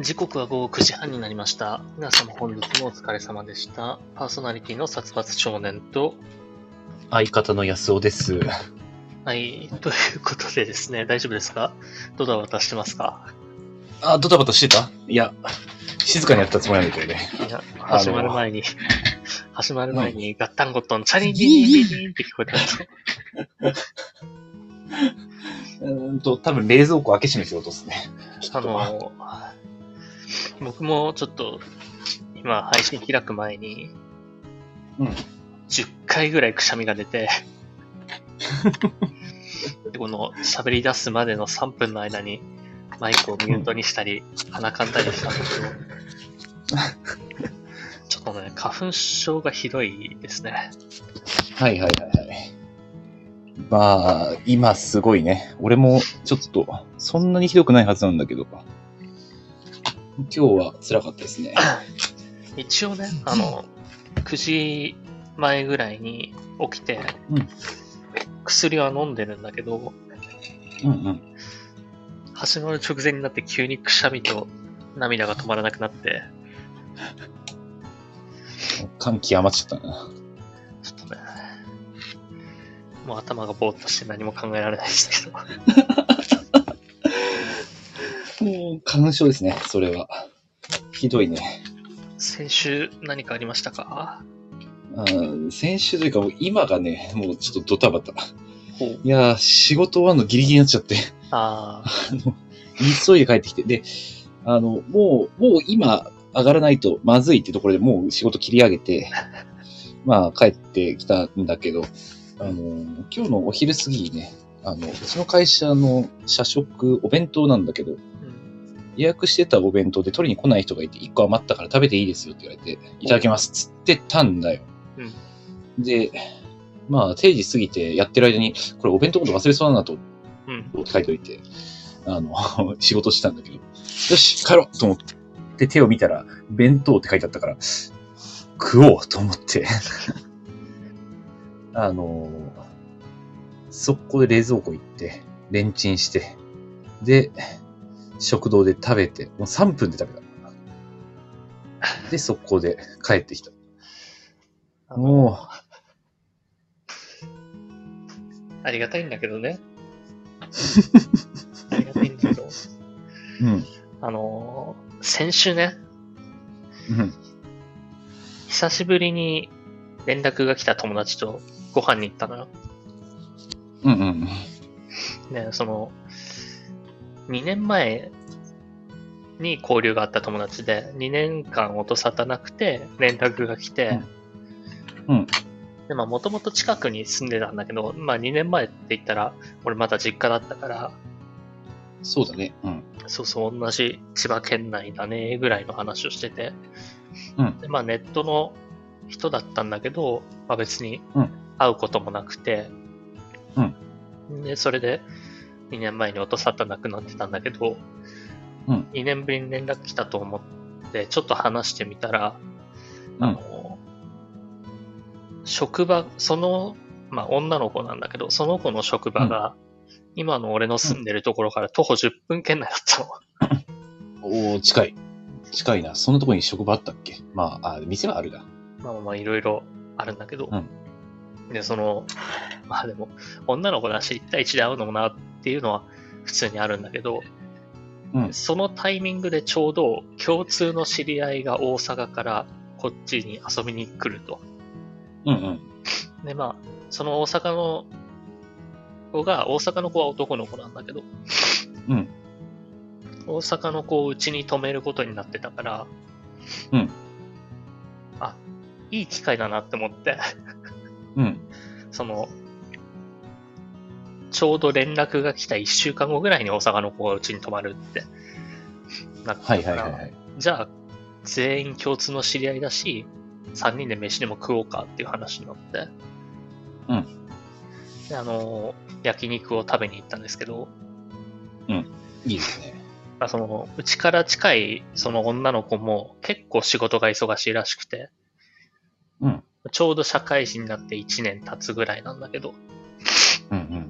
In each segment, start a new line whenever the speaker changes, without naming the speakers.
時刻は午後9時半になりました。皆様本日もお疲れ様でした。パーソナリティの殺伐少年と、
相方の安尾です。
はい、ということでですね、大丈夫ですかどうだ渡してますか
あ、ドタバタしてたいや、静かにやったつもりなんだけどね。
いや、始まる前に、始まる前にガッタンゴットン、チャリンリンリンリンって聞こえたんです
うーんと、多分冷蔵庫開け閉めする音ですね。
あの、僕もちょっと、今配信開く前に、
うん
10回ぐらいくしゃみが出 て、でこの喋り出すまでの3分の間にマイクをミュートにしたり、鼻かんだりしたんです けど、ちょっとね、花粉症がひどいですね。
はいはいはいはい。まあ、今すごいね。俺もちょっと、そんなにひどくないはずなんだけど。今日は辛かったですね。
一応ね、あの、9時前ぐらいに起きて、
うん
薬は飲んでるんだけど、
うんうん。
始まる直前になって急にくしゃみと涙が止まらなくなって、
感極まっちゃったな。
ちょっとね、もう頭がぼーっとして何も考えられないですけど、
もう、花粉症ですね、それは。ひどいね。
先週何かありましたか
うん先週というか、もう今がね、もうちょっとドタバタ。
ほう。
いやー、仕事終わるのギリギリになっちゃって。
ああ、
急いで帰ってきて、で、あの、もう、もう今上がらないとまずいってところでもう仕事切り上げて、 まあ帰ってきたんだけど、あの、今日のお昼過ぎにね、あの、うちの会社の社食、お弁当なんだけど、
うん、
予約してたお弁当で取りに来ない人がいて、1個余ったから食べていいですよって言われて、いただきますっつってたんだよ。で、まあ定時過ぎてやってる間に、これお弁当こと忘れそうだなと
うん、
書いといて、あの、 仕事してたんだけど、よし、帰ろうと思って手を見たら、弁当って書いてあったから、食おうと思って、 あの、そこで冷蔵庫行って、レンチンして、で、食堂で食べて、もう3分で食べた。で、速攻で帰ってきた。
あの
も
ありがたいんだけどね。ありがたいんだけど、
う、うん、
あのー先週ね、
うん、
久しぶりに連絡が来た友達とご飯に行ったのよ。
うん、うん、
ね、その、2年前に交流があった友達で、2年間音沙汰なくて、連絡が来て、
うんうん
で、まあ、もともと近くに住んでたんだけど、まあ、2年前って言ったら、俺まだ実家だったから、
そうだね、うん、
そうそう、同じ千葉県内だね、ぐらいの話をしてて。
うん
でまあ、ネットの人だったんだけど、まあ、別に
うん
会うこともなくて。で、それで、2年前に落とさったなくなってたんだけど、
うん
2年ぶりに連絡来たと思って、ちょっと話してみたら、
うん
あの、職場、その、まあ、女の子なんだけど、その子の職場が、今の俺の住んでるところから徒歩10分圏内だったの。
おー、近い。近いな。そんなところに職場あったっけまあ、あ、店はあるだ。
まあまあいろいろあるんだけど、
うん
で、その、まあでも、女の子だし、1対1で会うのもなっていうのは普通にあるんだけど、
うん
そのタイミングでちょうど共通の知り合いが大阪からこっちに遊びに来ると。
うんうん。
で、まあ、その大阪の子が、大阪の子は男の子なんだけど、
うん
大阪の子をうちに泊めることになってたから、
うん
あ、いい機会だなって思って、
うん。
その、ちょうど連絡が来た1週間後ぐらいに大阪の子がうちに泊まるってなったか
は
ら、
いはいはいはい。
じゃあ、全員共通の知り合いだし、3人で飯でも食おうかっていう話になって。
うん。
で、あの、焼肉を食べに行ったんですけど、
いいですね。
まあ、その、うちから近いその女の子も結構仕事が忙しいらしくて、
うん。
ちょうど社会人になって1年経つぐらいなんだけど、
うんうん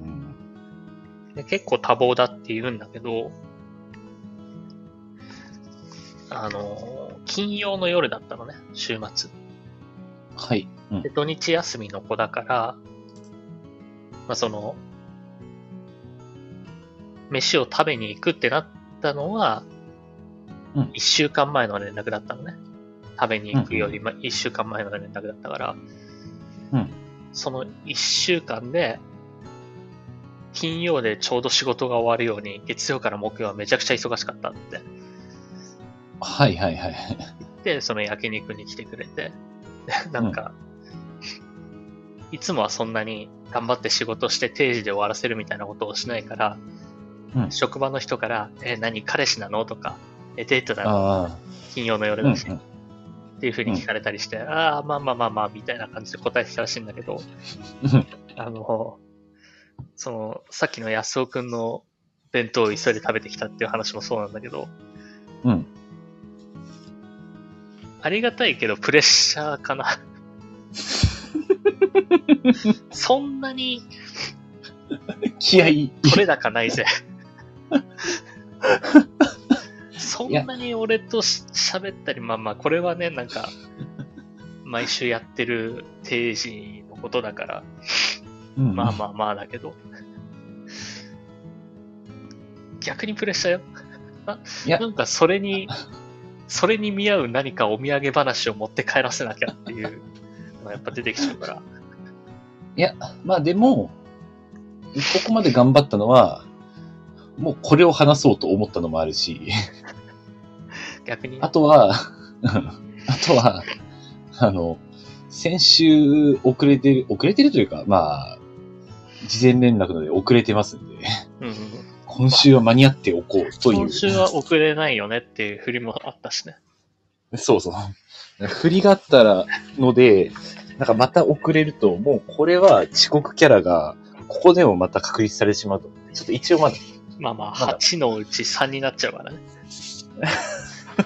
で結構多忙だって言うんだけど、あの、金曜の夜だったのね、週末。
はい。うん
で、。土日休みの子だから、まあ、その、飯を食べに行くってなったのは
うん、
一週間前の連絡だったのね。食べに行くより、まあ、一週間前の連絡だったから、
うん
その一週間で、金曜でちょうど仕事が終わるように、月曜から木曜はめちゃくちゃ忙しかったって。
はいはいはいはい。
で、その焼肉に来てくれて、 でなんか、いつもはそんなに頑張って仕事して定時で終わらせるみたいなことをしないから、
うん
職場の人から、え、何、彼氏なのとか、え、デートなの
あ
金曜の
あ。
夜
うんう
だし、
ん。
っていうふうに聞かれたりして、ああ、まあまあまあまあ、みたいな感じで答えてたらしいんだけど、
うん
あの、その、さっきの安尾くんの弁当を急いで食べてきたっていう話もそうなんだけど、
うん。
ありがたいけど、プレッシャーか な。そんなに
気合い。
取れ高ないぜ。そんなに俺とし喋ったり、まあまあ、これはね、なんか、毎週やってる定時のことだから、
うん
まあまあまあだけど。逆にプレッシャーよ。あ
いや
なんかそれに、それに見合う何かお土産話を持って帰らせなきゃっていうのがやっぱ出てきちゃうから。
まあでも、ここまで頑張ったのは、もうこれを話そうと思ったのもあるし、
逆にね、
あとは、 あとは、あの、先週遅れてる、遅れてるというか、まあ、事前連絡なので遅れてますんで、
うんうん、
今週は間に合っておこうという。
今週は遅れないよねっていう振りもあったしね。
そうそう。振りがあったらので、なんかまた遅れると、もうこれは遅刻キャラが、ここでもまた確立されてしまうと。ちょっと一応まだ、
まあまあ、
まだ
8のうち3になっちゃうからね。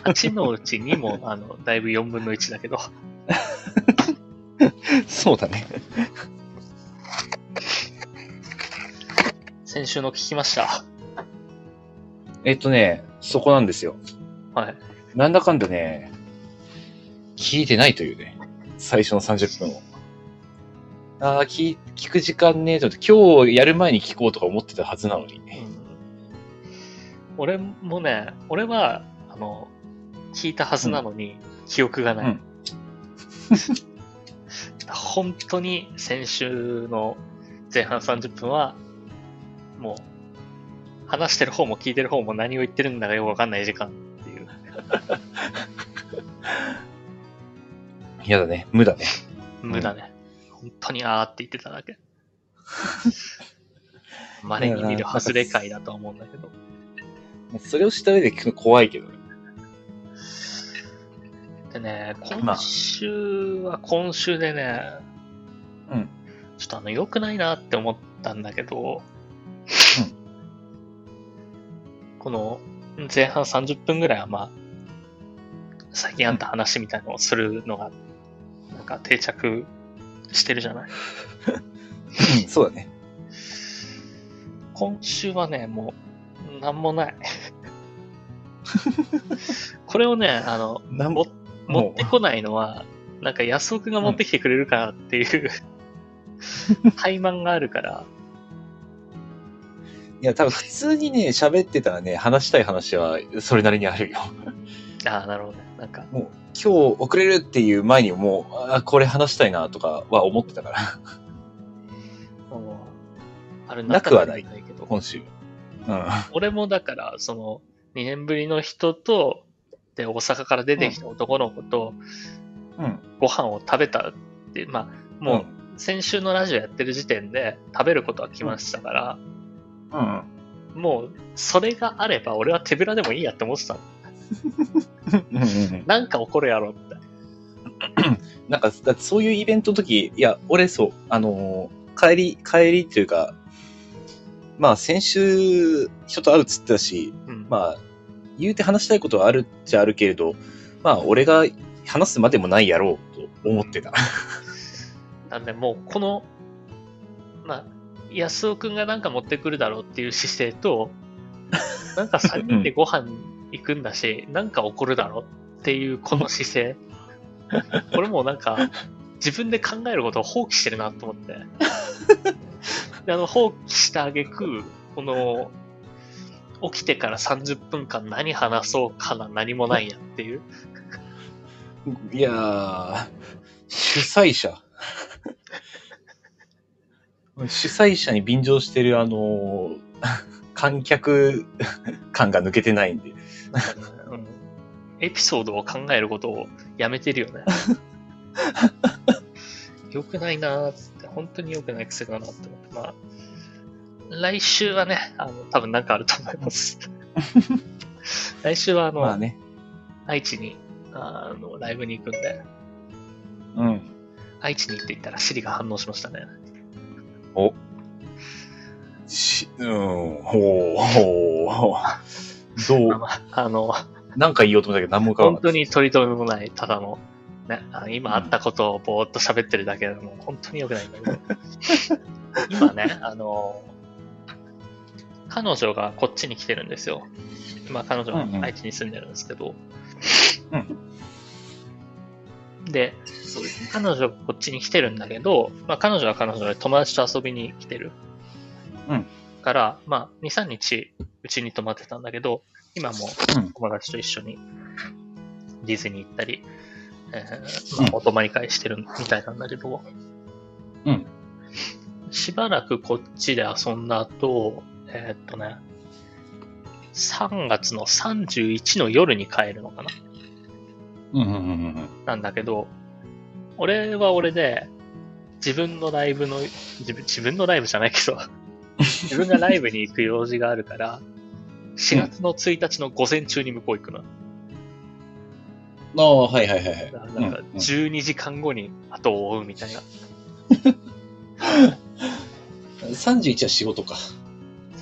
8のうち2も、あの、だいぶ4分の1だけど。
そうだね。
先週の聞きました。
えっとね、そこなんですよ。
はい。
なんだかんだね、聞いてないというね、最初の30分を。ああ、聞、聞く時間ねえと思って、今日やる前に聞こうとか思ってたはずなのに。
俺もね、俺は、あの、聞いたはずなのに、記憶がない。
うん
本当に先週の前半30分は、もう、話してる方も聞いてる方も何を言ってるんだかよくわかんない時間っていう。
やだね、無だね。
無駄ね。本当にあーって言ってただ け。稀に見る外れ回だと思うんだけど。
それをした上で聞くの怖いけどね。
でね、
ま
今
あ
週は今週でね、
うん。
ちょっとあの、良くないなって思ったんだけど、この前半30分ぐらいはまあ、最近あった話みたいのをするのが、なんか定着してるじゃない
うんそうだね。
今週はね、もう、なんも ない。これをね、あの、
なん
も
も
持
う
ってこないのは、なんか安尾くんが持ってきてくれるからっていう、怠慢があるから、
いや、多分普通にね、喋ってたらね、話したい話はそれなりにあるよ。
ああ、なるほどね。なんか、
もう、今日遅れるっていう前にもう、あーこれ話したいなとかは思ってたから、
もうあれ
なくはない
んだけど、
今週。うん。
俺もだから、その、2年ぶりの人と、で、大阪から出てきた男の子と、
うん。
ご飯を食べたって、まあ、もう、先週のラジオやってる時点で食べることは来ましたから、
うん、うん。
もうそれがあれば俺は手ぶらでもいいやって思ってたの
うんうんうん
なんか起こるやろって。
なんか、だってそういうイベントの時、いや、俺そう、あのー帰り、帰りっていうか、まあ先週、人と会うっつってたし、
うん
まあ、言うて話したいことはあるっちゃあるけれど、まあ俺が話すまでもないやろうと思ってた。
なんでもうこの、まあ、安尾くんがなんか持ってくるだろうっていう姿勢と、なんか3人でご飯行くんだし、なんか起こるだろっていうこの姿勢。これもうなんか、自分で考えることを放棄してるなと思って。であの放棄した挙句、この、起きてから30分間何話そうかな何もないやっていう。
いやー、主催者。主催者に便乗してる、あのー観客感が抜けてないんで。
うんエピソードを考えることをやめてるよ ね。良くないなーっつって、本当に良くない癖だなって思って。まあ、来週はね、あの、多分なんかあると思います。来週はあの、
まあね。
愛知に、あの、ライブに行くんで、
うん。
愛知に行って言ったらシリが反応しましたね。
し、うん、ほう、ほう、ほう。どう、
まあ、あの、
なんか言おうと思ったけど、何も浮かばな
本
か
当
っ
に取り留めもない、ただの、ね、あの今あったことをぼーっと喋ってるだけでもう本当に良くないんだけ ど。今ね、あの、彼女がこっちに来てるんですよ。今彼女は
うんうん
愛知に住んでるんですけど。
う
で、彼女がこっちに来てるんだけど、まあ彼女は彼女で友達と遊びに来てる。
うん
から、まあ2、3日うちに泊まってたんだけど、今もう
た。うん。
友達と一緒にディズニー行ったり、えーまあ、お泊まり会してるみたいなんだけど、
うん
しばらくこっちで遊んだ後、えーっとね、3月の31の夜に帰るのかな
うん、うん、うん
なんだけど、俺は俺で、自分のライブの、自分自分のライブじゃないけ ど、自分がライブに行く用事があるから、4月の1日の午前中に向こう行くの。
うん。ああ、はいはいはいはい。
なんか
うんうん
12時間後に後を追うみたいな。
31は仕事か。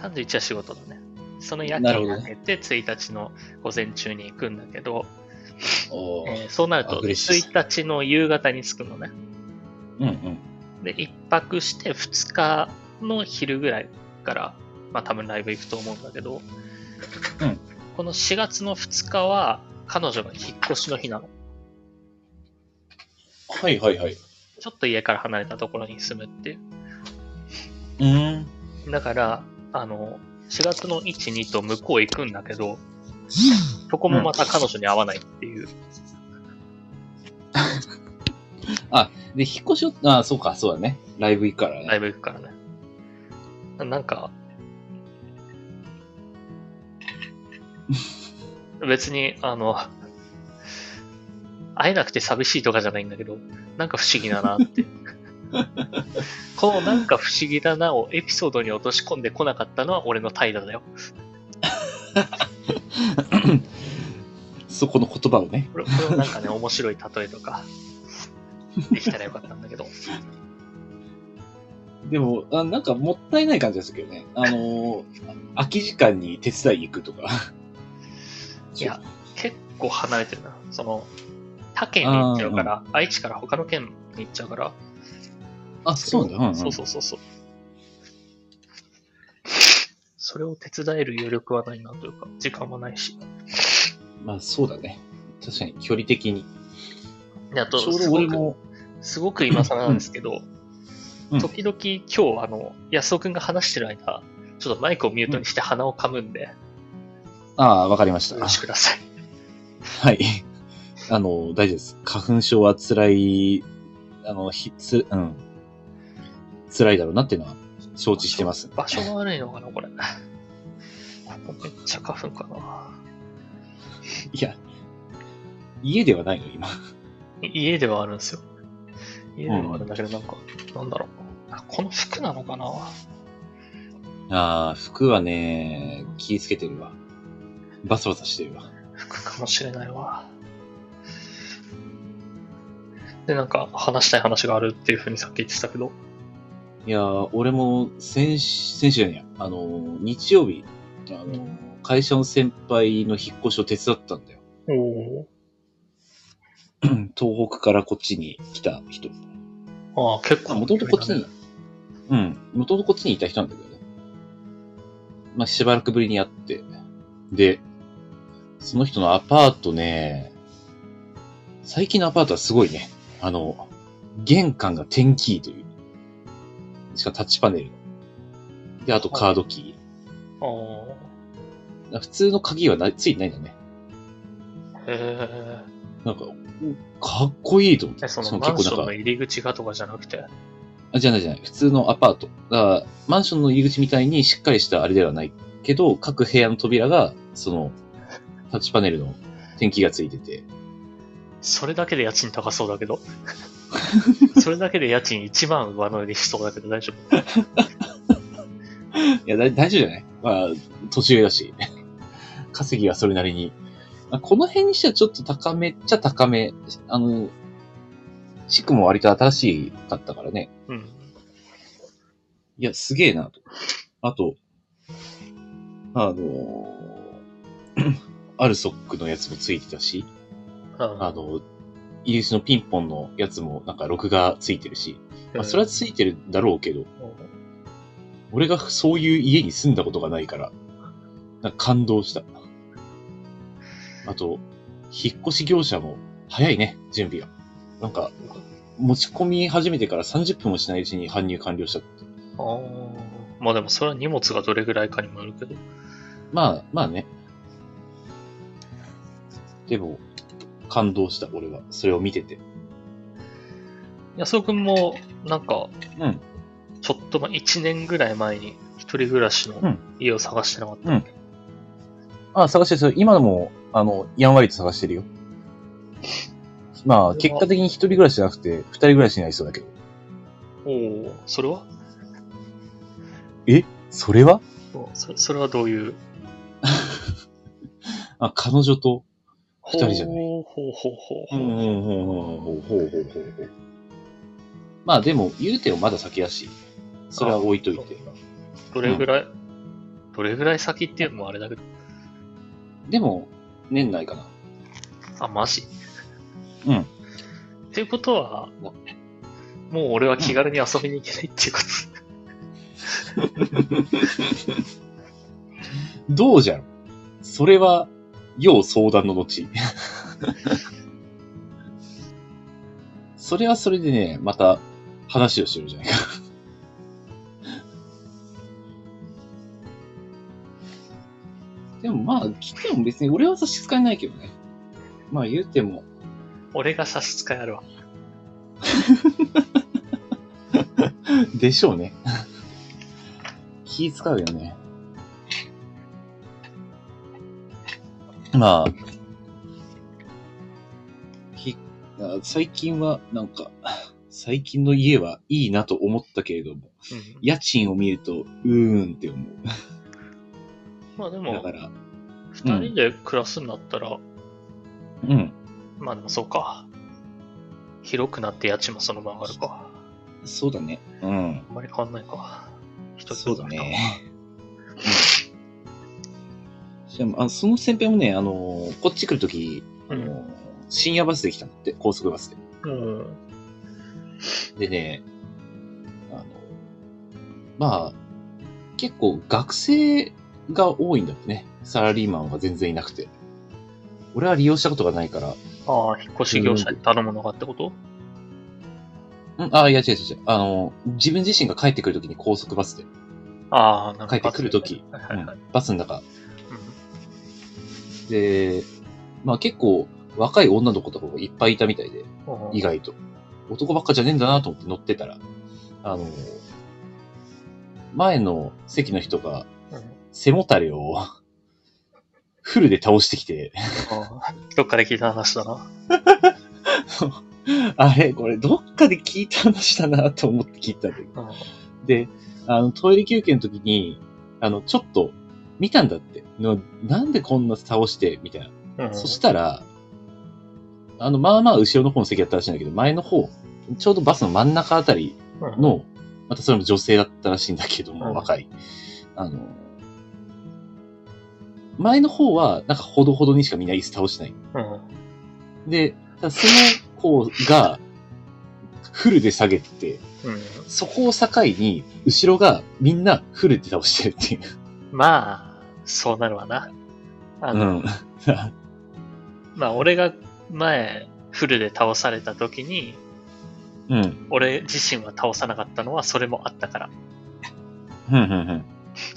31は仕事だね。その夜
なる
勤
ほど
をかけて1日の午前中に行くんだけど、
おー
えーそうなる
あ
と
嬉しいです
1日の夕方に着くのね。
うんうん。
で、1泊して2日の昼ぐらいから、まあ多分ライブ行くと思うんだけど、
うん
この4月の2日は彼女が引っ越しの日なの。
はいはいはい。
ちょっと家から離れたところに住むっていう。
うん。
だから、あの、4月の1、2と向こう行くんだけど、そこもまた彼女に会わないっていう。
で、引っ越しを、ああ、そうか、そうだね。ライブ行くからね。
ライブ行くからね。ななんか、別に、あの、会えなくて寂しいとかじゃないんだけど、なんか不思議だな って。このなんか不思議だなをエピソードに落とし込んでこなかったのは俺の態度だよ。
そこの言葉をね。
これこれもなん かね、面白い例えとか、できたらよかったんだけど。
でもあ、なんかもったいない感じですけどね。あの ー、空き時間に手伝いに行くとか。
いや、結構離れてるな。その、他県に行っちゃうから、愛知から他の県に行っちゃうから、
あ、そうなんだ。
そうそうそうそう。それを手伝える余力はないなというか、時間もないし。
うん。まあ、そうだね。確かに、距離的に。
であと、
ちょう
す
ど
ご
俺
く、
も、
すごく今更なんですけど、
うん
時々今日、あの、安尾くんが話してる間、ちょっとマイクをミュートにして鼻を噛むんで、
ああ、わかりまし
よ
た
ろし。ください。
はい。 あのー、大丈夫です。花粉症は辛い、あの、ひつ、うん。辛いだろうなっていうのは承知してます。
場所が悪いのかな、これ。ここめっちゃ花粉かな。
いや、家ではないの、今。
い家ではあるんですよ。家ではあるんだけど、なんか、なんだろう。あこの服なのかな
ああ、服はね、気ぃつけてるわ。バサバサしてるわ。
服かもしれないわ。で、なんか話したい話があるっていうふうにさっき言ってたけど、
いやー、俺も先週、先週じゃないあのー、日曜日、あのー、会社の先輩の引っ越しを手伝ったんだ よ。
おお
東北からこっちに来た人。
ー、ああ、結
ま
構
あ、もともとこっちに、うん、もともとこっちにいた人なんだけどね。まあ、しばらくぶりに会って、で、その人のアパートね、最近のアパートはすごいね。あの、玄関がテンキーという。しかもタッチパネルの。で、あとカードキー。
あー
普通の鍵はなついてないんだね。
へ
なんか、かっこいいと思っ
え。
て。
え、そ
しか
の
も
マンション
な
の
んか、
入り口がとかじゃなくて。
あ、じゃないじゃない。普通のアパート。だから、マンションの入り口みたいにしっかりしたあれではないけど、各部屋の扉が、その、タッチパネルの天気がついてて。
それだけで家賃高そうだけ ど。それだけで家賃1万上乗りしそうだけど大丈夫。
いや、だ大丈夫じゃないまあ、年上だし。 稼ぎはそれなりに。まあこの辺にしてはちょっと高めっちゃ高め。あの、地区も割と新しかったからね。
うん。
いや、すげえなと。あと、あのー アルソックのやつもついてたし、
あ
あの、イギリスのピンポンのやつもなんか録画ついてるし、まあ、それはついてるんだろうけど、俺がそういう家に住んだことがないから、なんか感動した。あと、引っ越し業者も早いね、準備が。なんか、持ち込み始めてから30分もしないうちに搬入完了したって
あーまあでもそれは荷物がどれぐらいかにもよるけど。
まあ、まあね。でも、感動した、俺は。それを見てて。
安尾くんも、なんか、
うん。
ちょっと前、1年ぐらい前に一人暮らし
うん
の家を探してなかった。
あ探してるそれ今も、あの、やんわりと探してるよ。まあ、結果的に一人暮らしじゃなくて、二人暮らしになりそうだけど。
おおそれは
それは
そそれはどういう
あ、彼女と。二人じゃない
ほうほうほうほう。
うんうんうんうんほうほうほうほう。まあでも、言うてもまだ先だし、それは置いといて。
どれぐらい、どれぐらい先っていうのもあれだけど。
でも、年内かな。
あ、マジ
うん
っていうことは、もう俺は気軽に遊びに行けないっていうこと。
どうじゃんそれは、要相談の後。 それはそれでね、また話をしてるじゃないか。でもまあ、来ても別に俺は差し支えないけどね。まあ言うても、
俺が差し支えあるわ。
でしょうね。気使うよね。まあ、ひあ最近は、なんか、最近の家はいいなと思ったけれども、
うん
家賃を見ると、うーんって思う。
まあで
だ
も
か、ら、
二人で暮らすんだったら、
うん。
まあでもそうか。広くなって家賃もそのまま上がるか。
そうだね。うん。
あんまり変わんないか。一つ
そうだね。しかもあその先輩もね、あのーこっち来るとき、
う
あ
ん。
のー深夜バスで来たのって、高速バスで。
うん。
でね、あの、まあ、結構学生が多いんだってね。サラリーマンが全然いなくて。俺は利用したことがないから、
ああ、引っ越し業者に頼むのかってこと
うん、あ、いや違う違う違う。あの、自分自身が帰ってくるときに高速バスで、
ああ、なん
帰
か。
ってくるとき、
はいはいはい。
うんバスの中。
うん
で、まあ結構若い女の子とかもいっぱいいたみたいで、意外と。男ばっかじゃねえんだなと思って乗ってたら、あの、前の席の人が
うん
背もたれをフルで倒してきて、
ああどっかで聞いた話だな。
あれ、これどっかで聞いた話だなと思って聞いたんだけど。
うん
で、あの、トイレ休憩の時に、あの、ちょっと見たんだって。のなんでこんな倒して、みたいな。
うん
そしたら、あの、まあまあ後ろの方の席だったらしいんだけど、前の方、ちょうどバスの真ん中あたり
うん
の、またそれも女性だったらしいんだけども、
うん
若い。あの、前の方は、なんかほどほどにしかみんな椅子倒してない。
うん
で、ただその子が、フルで下げてて、
うん
そこを境に、後ろがみんなフルで倒してるっていう。
まあ、そうなるわな。あ
う
の、
ん。
まあ、俺が前、フルで倒された時に、
うん。
俺自身は倒さなかったのはそれもあったから、
うん。うん。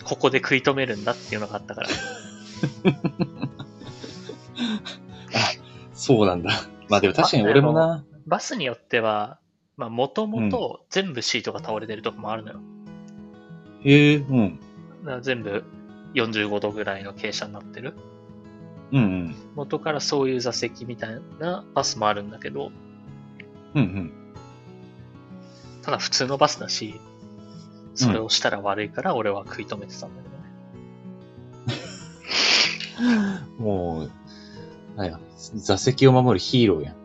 ここで食い止めるんだっていうのがあったから。
そうなんだ。まあでも確かに俺もな。
バスによっては、まあ、もともと全部シートが倒れてるとこもあるのよ。
へえ、うん。
だから全部45度ぐらいの傾斜になってる。
うんうん。
元からそういう座席みたいなバスもあるんだけど、
うんうん。
ただ普通のバスだし、それをしたら悪いから俺は食い止めてたんだけどね。
もう、なんや、座席を守るヒーローやん。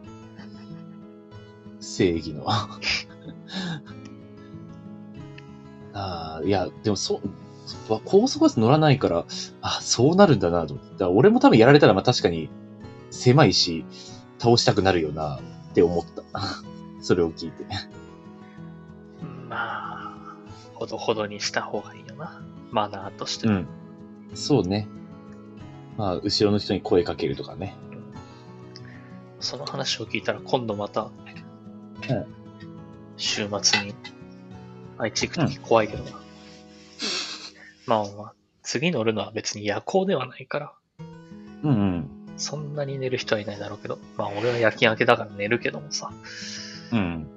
正義の。 ああ、いや、でもそう、そ高速バス乗らないから、あそうなるんだなと思って。だから俺も多分やられたら、まあ確かに狭いし、倒したくなるよなって思った。 それを聞いて。
まあ、ほどほどにした方がいいよな。マナーとして。
ん。そうね。まあ、後ろの人に声かけるとかね。
その話を聞いたら今度また、週末に愛知行くとき怖いけどな。まあまあ、次乗るのは別に夜行ではないから、
うんうん。
そんなに寝る人はいないだろうけど、まあ俺は夜勤明けだから寝るけどもさ、
うん。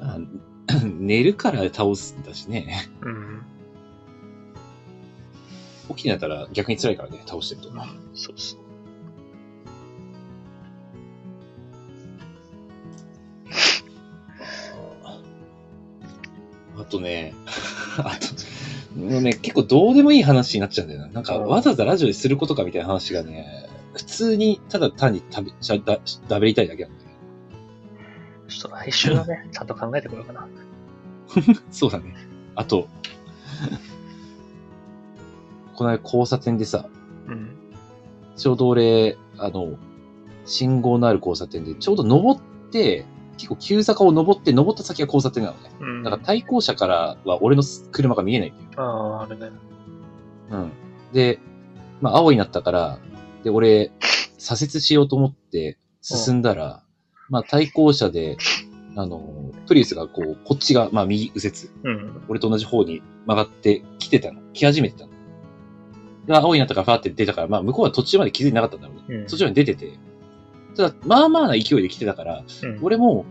あ 寝るから倒すんだしね。
うん、
起きてたら逆に辛いからね、倒してると。
そうそう。
あとね、 あと、もうね、結構どうでもいい話になっちゃうんだよな。なんか、わざわざラジオですることかみたいな話がね、普通に、ただ単に食べ、しゃだ、だべりたいだけなんだよね。
ちょっと来週はね、ちゃんと考えてこようかな。
そうだね。あと、この間交差点でさ、
うん。
ちょうど俺、あの、信号のある交差点で、ちょうど登って、結構急坂を登って、登った先が交差点なのね。
うん。
だから対向車からは俺の車が見えないんだよ。
ああ、あれだよ。
うん。で、まあ、青になったから、で、俺、左折しようと思って進んだら、まあ、対向車で、あの、プリウスがこう、こっちが、まあ、右右折。
うん。
俺と同じ方に曲がって来てたの。来始めてたの。が、青になったからファーって出たから、まあ、向こうは途中まで気づいてなかったんだろうね。
うん。
そっちまで出てて。ただ、まあまあな勢いで来てたから、
うん、
俺も、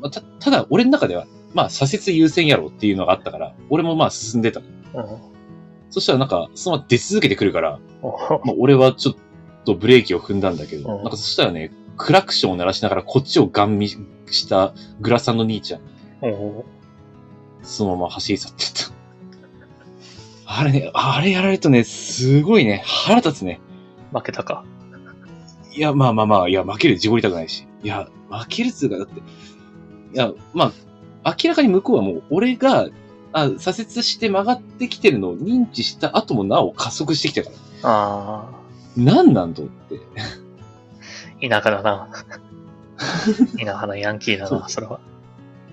まあた、ただ、俺の中では、まあ、左折優先やろっていうのがあったから、俺もまあ進んでたの。
うん。
そしたらなんか、そのまま出続けてくるから、
お
まあ、俺はちょっとブレーキを踏んだんだけど、
うん
なんかそしたらね、クラクションを鳴らしながらこっちをガン見したグラさんの兄ちゃん、
お
そのまま走り去ってった。あれね、あれやられるとね、すごいね、腹立つね。
負けたか。
いや、まあまあまあ、いや、負ける、事故りたくないし。いや、負けるっつうか、だって、いや、まあ、明らかに向こうはもう、俺が、あ、左折して曲がってきてるのを認知した後もなお加速してきたから、
あ
なんなんと思って。
あ、田舎だ な。田舎のヤンキーだ
そう
な、それは。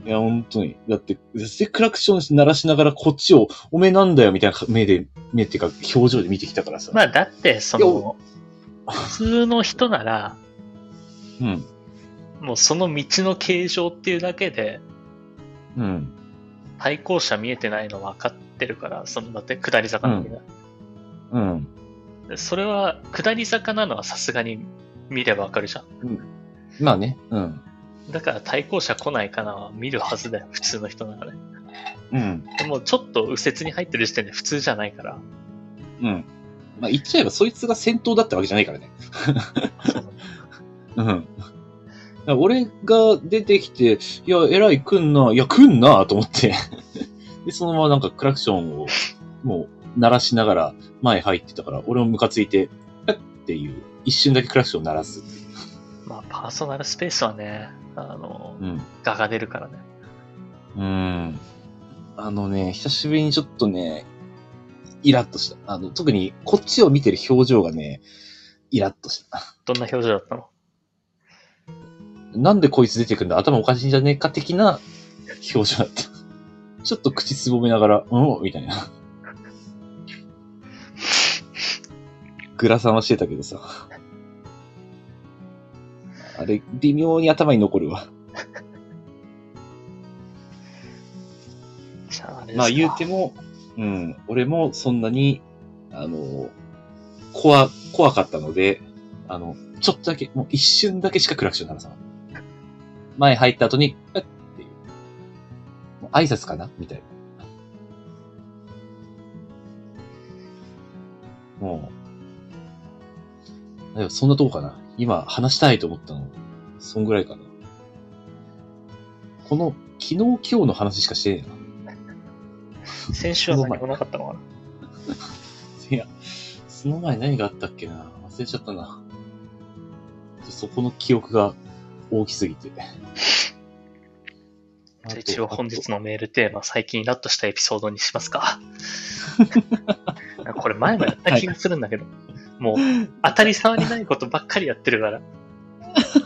いや、本当に。だって、絶対クラクション鳴らしながらこっちを、おめえなんだよみたいな目で、目っていうか表情で見てきたからさ。
まあ、だって、そ
いや
の、普通の人なら、
うん。
もうその道の形状っていうだけで、
うん。
対向車見えてないの分かってるから、その、だって下り坂なんだけど
うん。
でそれは、下り坂なのはさすがに見れば分かるじゃん。
まあね。うん。
だから対向車来ないかなは見るはずだよ、普通の人ならね。
うん。
でもちょっと右折に入ってる時点で普通じゃないから。
うん。まあ言っちゃえばそいつが先頭だったわけじゃないからね。うん。だから俺が出てきて、いや、偉い来んな、いや、来んな、と思って。で、そのままなんかクラクションを、もう、鳴らしながら前入ってたから、俺もムカついて、えっっていう、一瞬だけクラクション鳴らす。
まあ、パーソナルスペースはね、あの、
うん。
画が出るからね。
うん。あのね、久しぶりにちょっとね、イラッとした。あの、特にこっちを見てる表情がね、イラッとした。
どんな表情だったの
なんでこいつ出てくんだ頭おかしいんじゃねえか的な表情だった。ちょっと口すぼめながら、うんみたいな。グラサンはしてたけどさ。あれ、微妙に頭に残るわ。
じゃあ、あれですか
まあ言うても、うん、俺もそんなに、あの、怖、怖かったので、あの、ちょっとだけ、もう一瞬だけしかクラクション鳴らさない。前入った後に、えっっていう。もう挨拶かなみたいな。もう、でもそんなとこかな。今話したいと思ったの、そんぐらいかな。この、昨日今日の話しかしてねえな。
先週は何もなかったのかない
や、その前何があったっけな忘れちゃったな。そこの記憶が大きす ぎて。
じゃあ一応本日のメールテーマ、最近イラッとしたエピソードにします か。これ前もやった気がするんだけど、もう当たり障りないことばっかりやってるから、
あと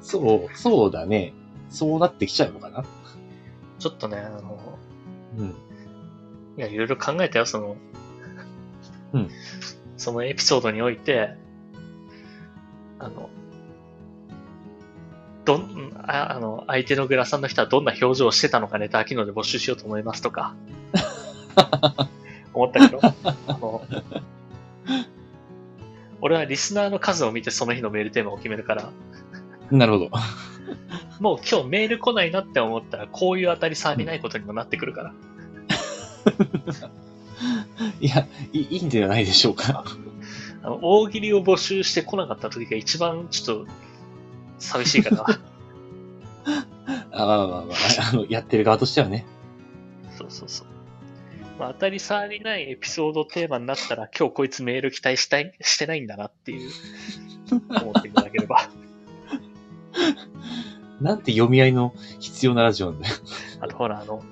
そう、そうだね。そうなってきちゃうのかな。
ちょっとね、あの、
うん。
いや、いろいろ考えたよ、その、
うん
そのエピソードにおいて、あの、どん、ああの、相手のグラサンの人はどんな表情をしてたのかネタ機能で募集しようと思いますと か、思ったけど、あの、俺はリスナーの数を見てその日のメールテーマを決めるから、
なるほど。
もう今日メール来ないなって思ったら、こういう当たり障りないことにもなってくるから。
いや、いいいんじゃないでしょうか。
あの大喜利を募集してこなかった時が一番ちょっと寂しい かな。
あまあまあまあ、あの、やってる側としてはね。
そうそうそう。まあ、当たり障りないエピソードテーマになったら、今日こいつメール期待したいしてないんだなっていう思っていただけれ ば。
なんて読み合いの必要なラジオなんだよ。
あとほら、あの、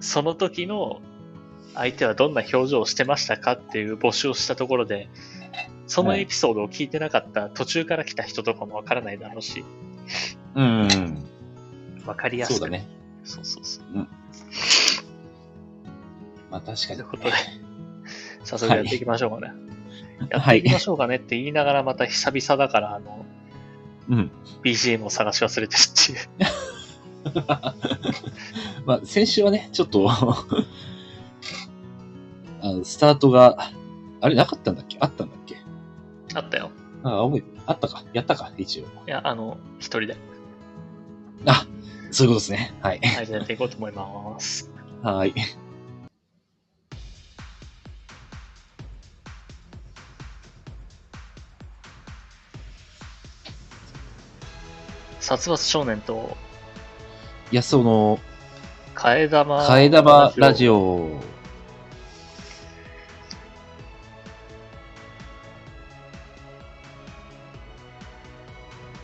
その時の相手はどんな表情をしてましたかっていう募集をしたところで、そのエピソードを聞いてなかった途中から来た人とかもわからないだろうし、
うん、
わかりやすく。
そうだ。ね。
そうそうそう。
まあ確か
という
に。
ことで、早速やっていきましょうかね。やっ
は
てい
い
きましょうかねって言いながら、また久々だから、あの、
うん。
BGM を探し忘れてるっていう。
まあ、先週はね、ちょっと、 あの、スタートが、あれなかったんだっけあったんだっけ
あったよ。
あ、覚えてるあったかやったか一応。
いや、あの、一人で、
あ、そういうことですね。はい。
はい、じゃあやっていこうと思います。
はい。
殺伐少年と、
いや、その、
替え玉。
替え玉ラジ
オ。
オ。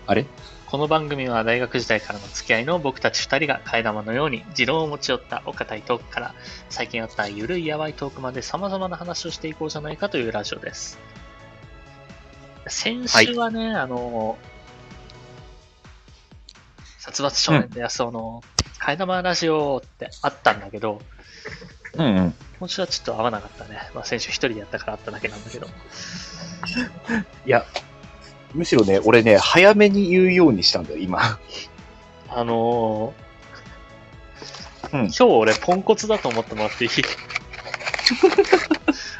あれ
この番組は大学時代からの付き合いの僕たち二人が替え玉のように持論を持ち寄ったお堅いトークから、最近あったゆるいやばいトークまで様々な話をしていこうじゃないかというラジオです。先週はね、あの、殺伐少年と安尾の替え玉ラジオってあったんだけど、
うんうん。
今週はちょっと合わなかったね。まあ、先週一人でやったからあっただけなんだけど。
いや、むしろね、俺ね、早めに言うようにしたんだよ、 今。
あのー
うん
今日俺ポンコツだと思ってもら っていい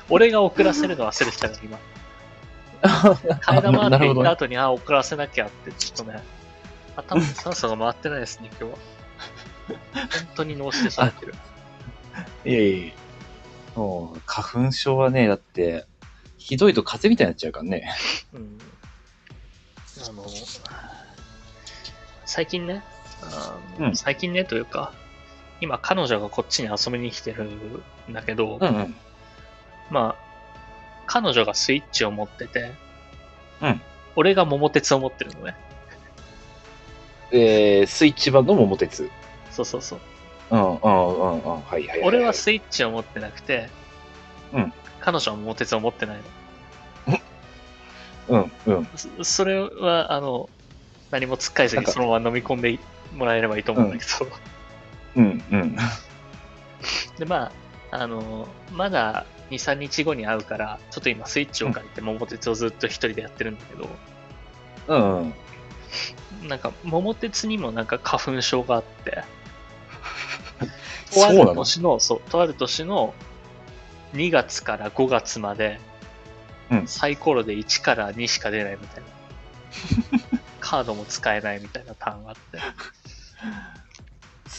俺が遅らせるの忘れてたから今。替え玉って言った後に、あ、遅らせなきゃって、ちょっとね、頭に酸素が回ってないですね、今日は。本当に脳死で喋ってる。
いやいやいやもう、花粉症はね、だって、ひどいと風邪みたいになっちゃうからね。
うん。あの、最近ね、あの
うん
最近ねというか、今彼女がこっちに遊びに来てるんだけど、
うん。
まあ、彼女がスイッチを持ってて、
うん
俺が桃鉄を持ってるのね。
えー、スイッチ版の桃鉄。
そうそうそう。
うんうんうんうん。はいはい、はい。
俺はスイッチを持ってなくて、
うん
彼女は桃鉄を持ってないの。
うんうん。
そそれは、あの、何もつっかえず
なん
に
か
そのまま飲み込んでもらえればいいと思うんだけど。
うんうん。
で、まあ、あの、まだ2、3日後に会うから、ちょっと今スイッチを借りて桃鉄をずっと一人でやってるんだけど、
うんうん。
なんか桃鉄にもなんか花粉症があって、と
そ
あ
うな
る
の
年の、そう、とある年の2月から5月まで、
うん
サイコロで1から2しか出ないみたいな。 カードも使えないみたいなターンがあって。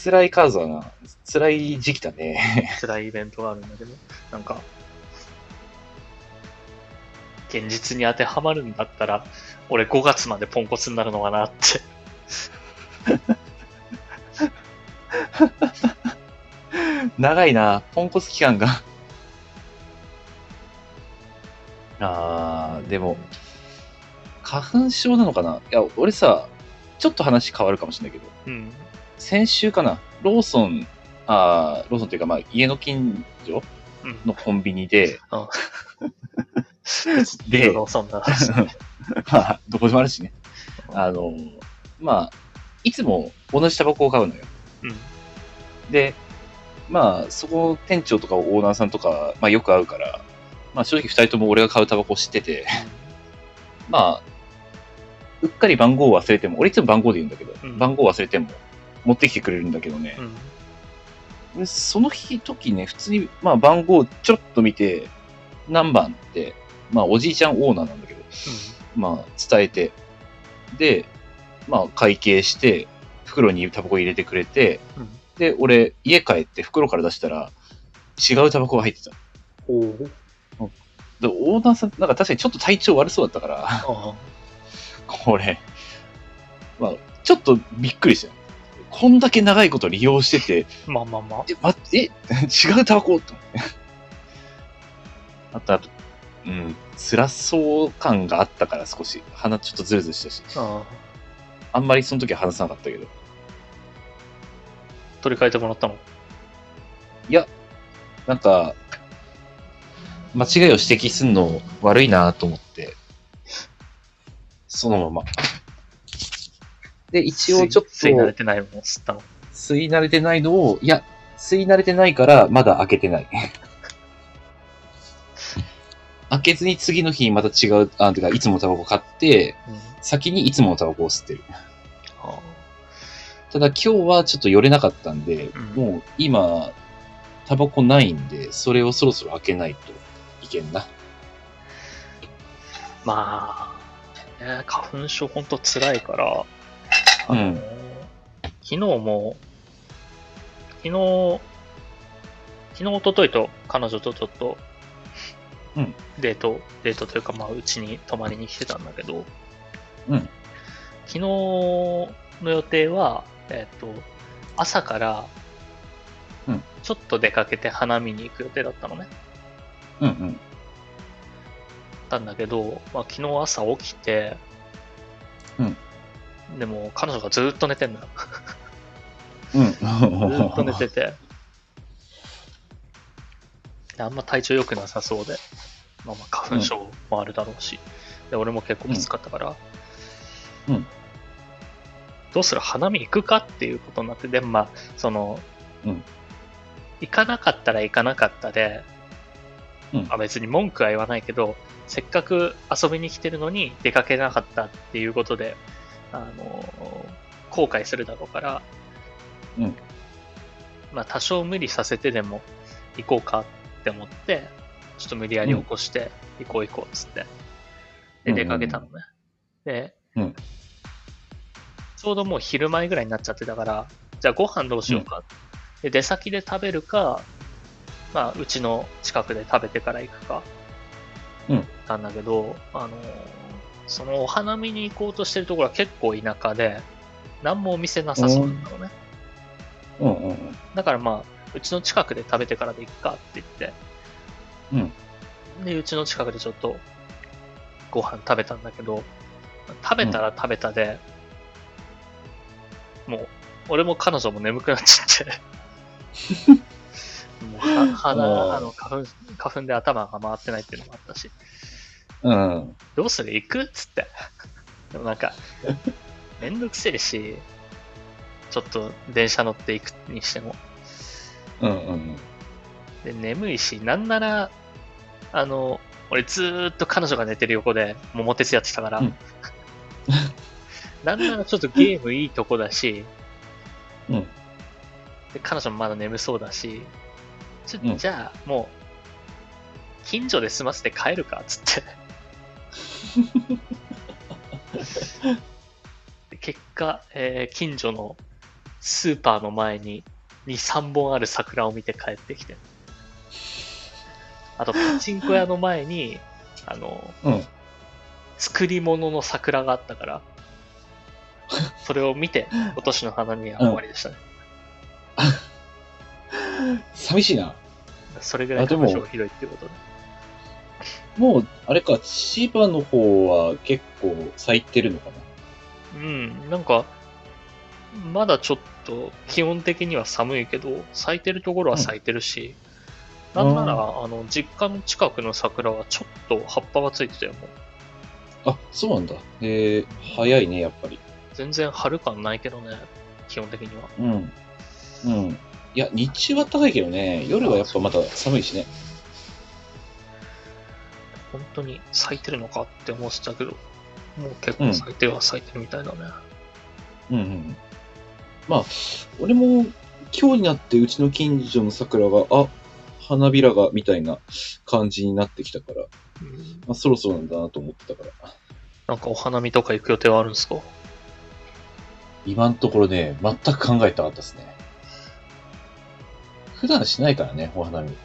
辛いカードだな。辛い時期だね。
辛いイベントがあるんだけど、なんか、現実に当てはまるんだったら、俺5月までポンコツになるのかなって。
長いな。ポンコツ期間が。あー、でも、花粉症なのかないや、俺さ、ちょっと話変わるかもしれないけど、
うん。
先週かな、ローソン、あーローソンというか、まあ、家の近所
うん。
のコンビ ニで、で
ローソンだ話ね
まあ、どこでもあるしね。あの、まあ、いつも同じタバコを買うのよ。
うん。
で、まあ、そこ、店長とかオーナーさんとか、まあ、よく会うから、まあ、正直二人とも俺が買うタバコを知ってて、まあ、うっかり番号を忘れても、俺いつも番号で言うんだけど、
うん
番号を忘れても持ってきてくれるんだけどね
う、ん。
でその日、時ね、普通に、まあ、番号をちょろっと見て、何番って、まあ、おじいちゃんオーナーなんだけど、まあ、伝えて、で、まあ、会計して、袋にタバコ入れてくれて、
うん
で、俺、家帰って袋から出したら、違うタバコが入ってた。
おお。
で、オーナーさん、なんか確かにちょっと体調悪そうだったから、
あ
これ、まあ、ちょっとびっくりしたよ。こんだけ長いこと利用してて、
あまあまあまあ。
え、ま、え、 違うタバコと思って。あと、あと、うん、辛そう感があったから少し、鼻ちょっとズルズルしたし。
ああ
あんまりその時は話さなかったけど。
取り替えてもらったの。
なんか、間違いを指摘すんの悪いなと思って、そのまま。で、一応ちょっと
吸
吸
い
い
慣れてないもん、吸ったの。
慣れてないのを、いや、吸い慣れてないからまだ開けて ない。開けずに次の日にまた違う、あ、てか、いつものタバコ買って、
うん。あ
先にいつものタバコを吸ってる。
あ
ただ今日はちょっと寄れなかったんで、
うん
もう今、タバコないんで、それをそろそろ開けないといけんな。
まあ、ね花粉症ほんと辛いから、あ
うん
の昨日も、昨日、昨日、一昨日と彼女とちょっと、
うん
デート、デートというか、まあ、うちに泊まりに来てたんだけど、
うん
昨日の予定は、えっと、朝から
うん、
ちょっと出かけて花見に行く予定だったのね。
うんうん。
ったんだけど、まあ、昨日朝起きて、
うん
でも彼女がずーっと寝てんのよ。
うん。
ずーっと寝てて。であんま体調良くなさそうで、まあ、まあ花粉症もあるだろうし、で俺も結構きつかったから、
うん
どうする花見行くかっていうことになって、でもまあ、その、
うん
行かなかったら行かなかったで、
うん
あ別に文句は言わないけど、せっかく遊びに来てるのに出かけなかったっていうことで、あの後悔するだろうから、
うん
まあ多少無理させてでも行こうかって思って、ちょっと無理やり起こして、行こう行こうっつって、
う
で出
んうんうん
かけたのね。で、
うん
ちょうどもう昼前ぐらいになっちゃってたから、じゃあご飯どうしようか。で出先で食べるか、まあ、うちの近くで食べてから行くか、
うん
なんだけど、あのーそのお花見に行こうとしてるところは結構田舎で、何もお店なさそうだったのね。
うんうん
だからまあ、うちの近くで食べてからで行くかって言って、
うん。
で、うちの近くでちょっとご飯食べたんだけど、食べたら食べたで、もう、俺も彼女も眠くなっちゃ って、もうは
うん
鼻、あの花粉、花粉で頭が回ってないっていうのもあったし、
うん。うん。
どうする行くっつって。でもなん か、めんどくせえし、ちょっと電車乗って行くにしても、
うんうん。
で眠いし、なんならあの、俺ずーっと彼女が寝てる横で桃鉄やってたから、
うん
なんならちょっとゲームいいとこだし、
うん
で彼女もまだ眠そうだし、ちょ
うん
じゃあもう、近所で済ませて帰るかっつって。 で結果、えー近所のスーパーの前に2、3本ある桜を見て帰ってきて。あと、パチンコ屋の前に、あの、
うん
作り物の桜があったから、それを見 て、今年の花見は終わりでしたね。
寂しいな。
それぐらい
あで
彼
も
女がひどいっていうことで。
もう、あれか、千葉の方は結構咲いてるのかな。
うん、なんか、まだちょっと基本的には寒いけど、咲いてるところは咲いてるし、
うん
なんなら、あの、実家の近くの桜はちょっと葉っぱがついてたよ、もう。
あ、そうなんだ。へえ早いね、やっぱり。
全然春感ないけどね、基本的には。
うん。うん。いや、日中は高いけどね、夜はやっぱまた寒いしね。
本当に咲いてるのかって思ってたけど、もう結構咲いては咲いてるみたいだね。
うんうん。まあ、俺も今日になってうちの近所の桜が、あ、花びらが、みたいな感じになってきたから、
うん
まあ、そろそろなんだなと思ってたから。
なんかお花見とか行く予定はあるんですか
今のところね、全く考えてなかったですね。普段しないからね、お花見。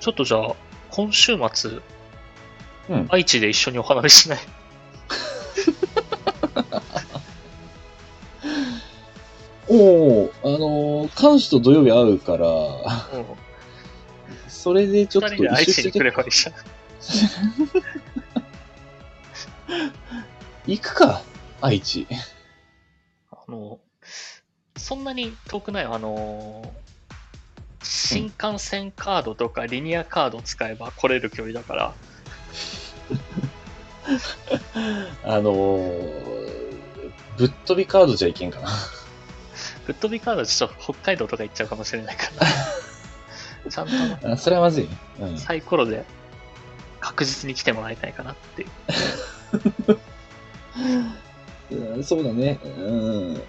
ちょっとじゃあ、今週末、
うん
愛知で一緒にお花見しない
おお、あのー、彼女と土曜日会うから、
うん
それでちょ
二
っと
人で愛
一
知
周
に
して
来ればいいじゃん。
行くか、愛知。
あの、そんなに遠くないよあの、新幹線カードとかリニアカード使えば来れる距離だから、
あのー、ぶっ飛びカードじゃいけんかな。
ぶっ飛びカードちょっと北海道とか行っちゃうかもしれない から、ちゃんとあの
あ それはまずいね。うん。
サイコロで確実に来てもらいたいかなっていう。
うんそうだね。うん。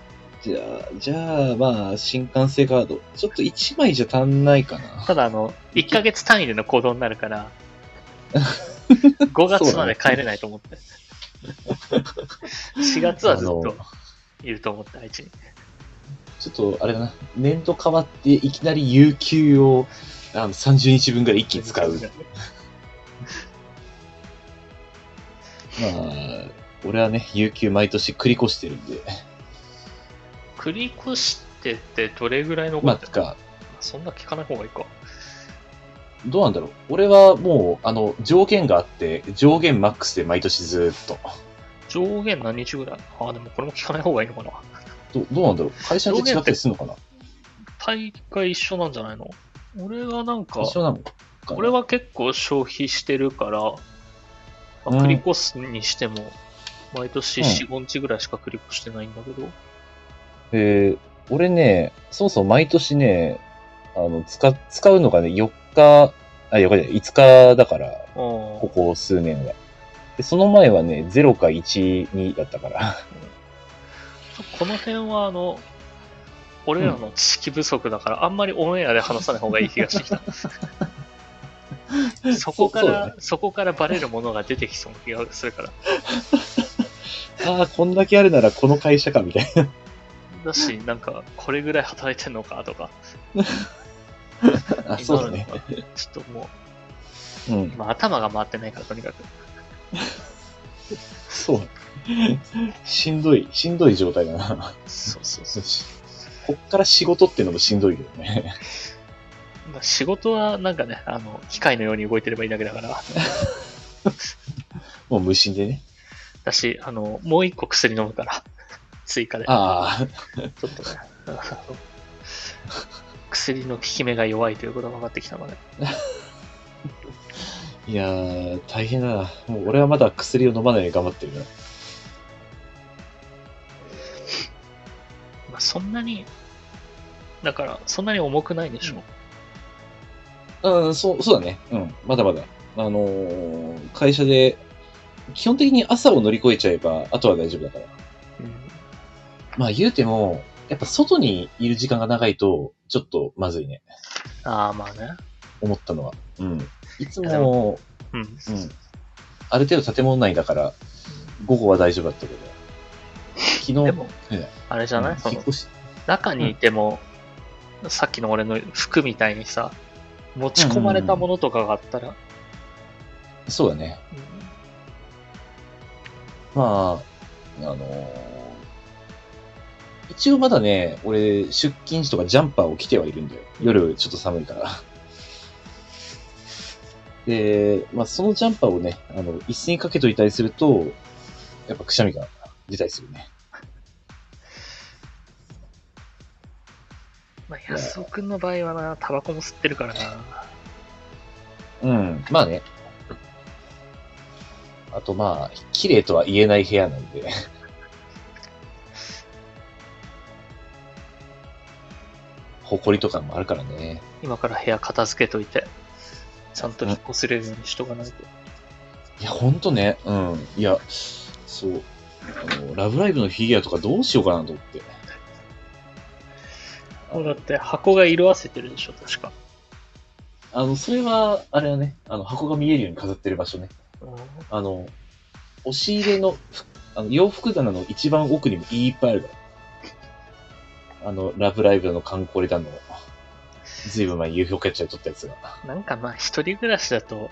じゃあ、じゃあ、まあ、新幹線カード。ちょっと1枚じゃ足んないかな。
ただ、あの、1ヶ月単位での行動になる から、5月まで帰れないと思 って。4月はずっ
あ
と
の
いると思って、愛知に。
ちょっと、あれだな。年度変わって、いきなり有給を、あの、30日分ぐらい一気に使う。まあ、俺はね、有給毎年繰り越してるんで。
繰り越してってどれぐらいの
まあ、
こと
か、
そんな聞かない方がいいか。
どうなんだろう。俺はもう、あの、上限があって、上限マックスで毎年ずーっと。
上限何日ぐらいああ、でもこれも聞かない方がいいのかな。
どどうなんだろう会社によって違ったりするのかな
大会一緒なんじゃないの俺はなんか、
一緒なのかな
俺は結構消費してるから、ま
う
あ、
ん
繰り越すにしても、毎年
うん
4、5日ぐらいしか繰り越してないんだけど、
えー俺ね、そもそも毎年ね、あの、使、使うのがね、4日、あ、4日じゃない、5日だから、
あ
ここ数年は。で、その前はね、0か1、2だったから。
あこの辺は、あの、俺らの知識不足だから、あんまりオンエアで話さない方がいい気がしてき た。そこか
そうだ
ら、
ね
そこからバレるものが出てきそうな気がするから。
ああ、こんだけあるならこの会社か、みたいな。
だし、なんか、これぐらい働いてんのかとか、
あ、 そうだね。
なるのがちょっとも
うん
う、。今頭が回ってないから、とにかく。
そう。しんどい、しんどい状態だな。
そうそうそう。
こっから仕事ってのもしんどいけどね。
まあ、仕事はなんかね、あの、機械のように動いてればいいだけだから。
もう無心でね。
だし、あの、もう一個薬飲むから。 追加で。
あ
ちょっとね。 あの薬の効き目が弱いということが分かってきたので。
あ、いやー、大変だな。もう俺はまだ薬を飲まないで頑張ってるから。
まあ、そんなに、だから、そんなに重くないでしょ。
うん、そう、そうだね。うん、まだまだ。あのー会社で、基本的に朝を乗り越えちゃえば、あとは大丈夫だから。
うん
まあ言うても、やっぱ外にいる時間が長いと、ちょっとまずいね。
ああ、まあね。
思ったのは。うん。いつ
で
も、
うん。
うん。ある程度建物内だから、午後は大丈夫だったけど。昨日、
でも
ええ、
あれじゃない、
うん
そ
引
の
っ、越し、
中にいても、さっきの俺の服みたいにさ、持ち込まれたものとかがあったら、
そうだね。まあ、あのー一応まだね、俺、出勤時とかジャンパーを着てはいるんだよ。夜、ちょっと寒いから。 で、まあ、そのジャンパーをね、あの、椅子にかけといたりすると、やっぱくしゃみが出たりするね。
まあ、安尾くんの場合はな、タバコも吸ってるからな。
うん、まあね。あとまあ、綺麗とは言えない部屋なんで。 埃とかもあるからね。
今から部屋片付けといて、ちゃんと引っ越せるようにしとかないと。
いや、ほんとね。うん。いや、そう。あの、ラブライブのフィギュアとかどうしようかなと思って。
もうだって箱が色あせてるでしょ、確か。
あの、それは、あれはね、あの、箱が見えるように飾ってる場所ね。
うん
あの、押し入れの、ふあの洋服棚の一番奥にもいっぱいあるから。あの、ラブライブだの、観光だの、ずいぶん前に UFO キャッチャーで撮ったやつが。
なんかまあ、一人暮らしだと、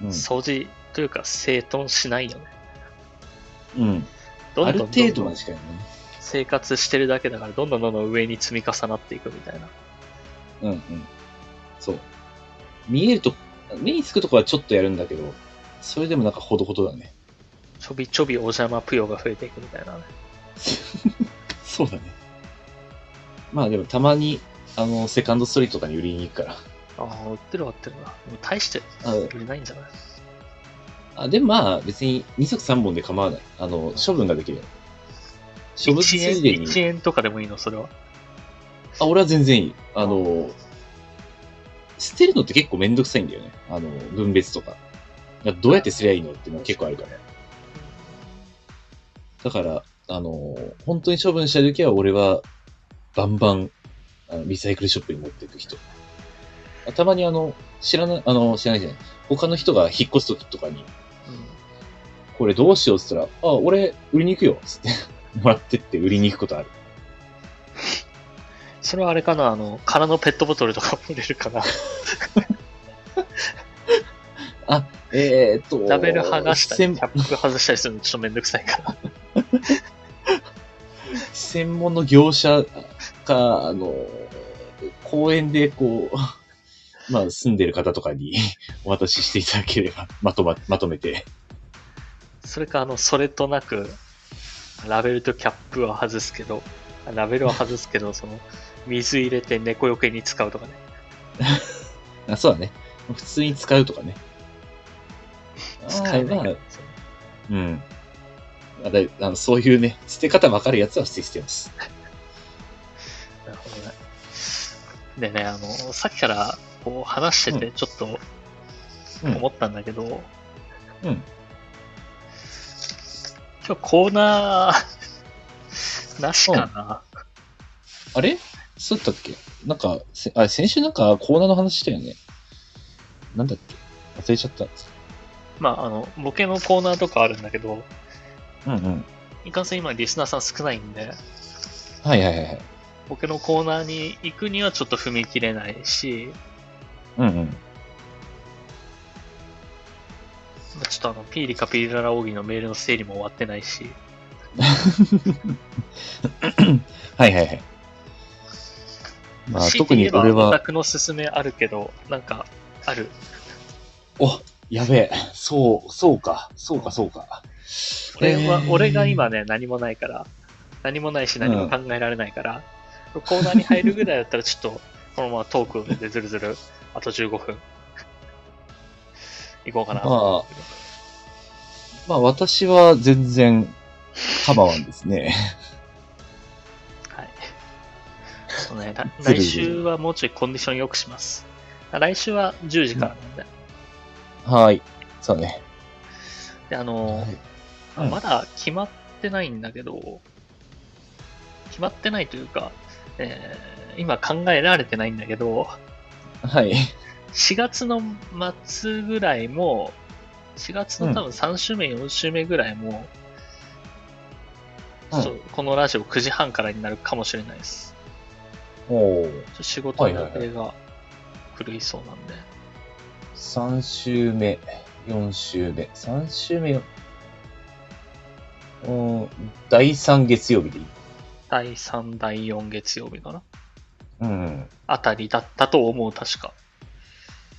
うん。
掃除というか整頓しないよね。
うん、
ど
あ
ん
る
どん
程
どん
度
ど
ま
ん
でしかやね。
生活してるだけだから、どんどんどんどん上に積み重なっていくみたいな。
うんうん。そう。見えると、目につくとこはちょっとやるんだけど、それでもなんかほどほどだね。
ちょびちょびお邪魔ぷよが増えていくみたいなね。
そうだね。まあでもたまに、あの、セカンドストリートとかに売りに行くから。
ああ、売ってる売ってるな。でも大して
あ
売れないんじゃない
あ、でもまあ、別に2足3本で構わない。あの、処分ができる。処分つ
?1 円
いでに。
1円とかでもいいの、それは。
あ、俺は全然いい。あの、捨てるのって結構めんどくさいんだよね。あの、分別とか。だからどうやってすりゃいいのっていうのは結構あるから。だから、あの、本当に処分した時は俺は、バンバン、あのリサイクルショップに持っていく人。あたまにあの、知らない、あの、知らないじゃない。他の人が引っ越す時とかに、
うん
これどうしようっつったら、あ、俺、売りに行くよ、つって、 もらってって売りに行くことある。
それはあれかな、あの、空のペットボトルとかも売れるかな。
えー、っと、
ラベル剥がしたり、
専
キャップ外したりするのちょっとめんどくさいから。
専門の業者か、あの、公園でこう、 まあ、住んでる方とかに お渡ししていただければ、まとま、まとめて。
それか、あの、それとなく、ラベルとキャップは外すけど、あラベルは外すけど、その、水入れて猫よけに使うとかね。
あそうだね。普通に使うとかね。
使えないか
あー
ら
まあうん。あだいあのそういうね、捨て方わかるやつは捨て捨てます。
なるほどね。でね、あの、さっきからこう話してて、ちょっと
うん
思ったんだけど、
うん。
今日コーナーなしかな。
あれそうだったっけなんか、せあ先週なんかコーナーの話したよね。なんだっけ忘れちゃった。
まあ、あの、ボケのコーナーとかあるんだけど、
うんうん。
いかんせん今リスナーさん少ないんで、
はいはいはいはい。
ボケのコーナーに行くにはちょっと踏み切れないし、
うんうん。
まあちょっとあの、ピーリカピーララオギのメールの整理も終わってないし、
はいはいはい。まあ、
強い
特
て言
に
えば
俺
オタ
は、
クの勧めあるけど、なんか、ある。
おやべえ、そう、そうか、そうか、そうか。
俺は、
えー
俺が今ね、何もないから、何もないし何も考えられないから、コーナーに入るぐらいだったらちょっと、 このままトークでずるずる、あと15分、 行こうかなと思ってる。
まあ、私は全然、カバワンですね。
はい。そうね、ら
ずるずる
来週はもうちょいコンディション良くします。来週は10時からなんで、
はい。そうね。
で、あの、
うん
まだ決まってないんだけど、決まってないというか、えー今考えられてないんだけど、
はい。
4月の末ぐらいも、4月の多分3週目、4週目ぐらいも、
うん
そうこのラジオ9時半からになるかもしれないです。
おー
ちょっと仕事の
はい
予
はいはい
定が狂いそうなんで。
3週目、4週目、3週目よ、うん、第3月曜日でいい。
第3、第4月曜日かな
うん。
あたりだったと思う、確か。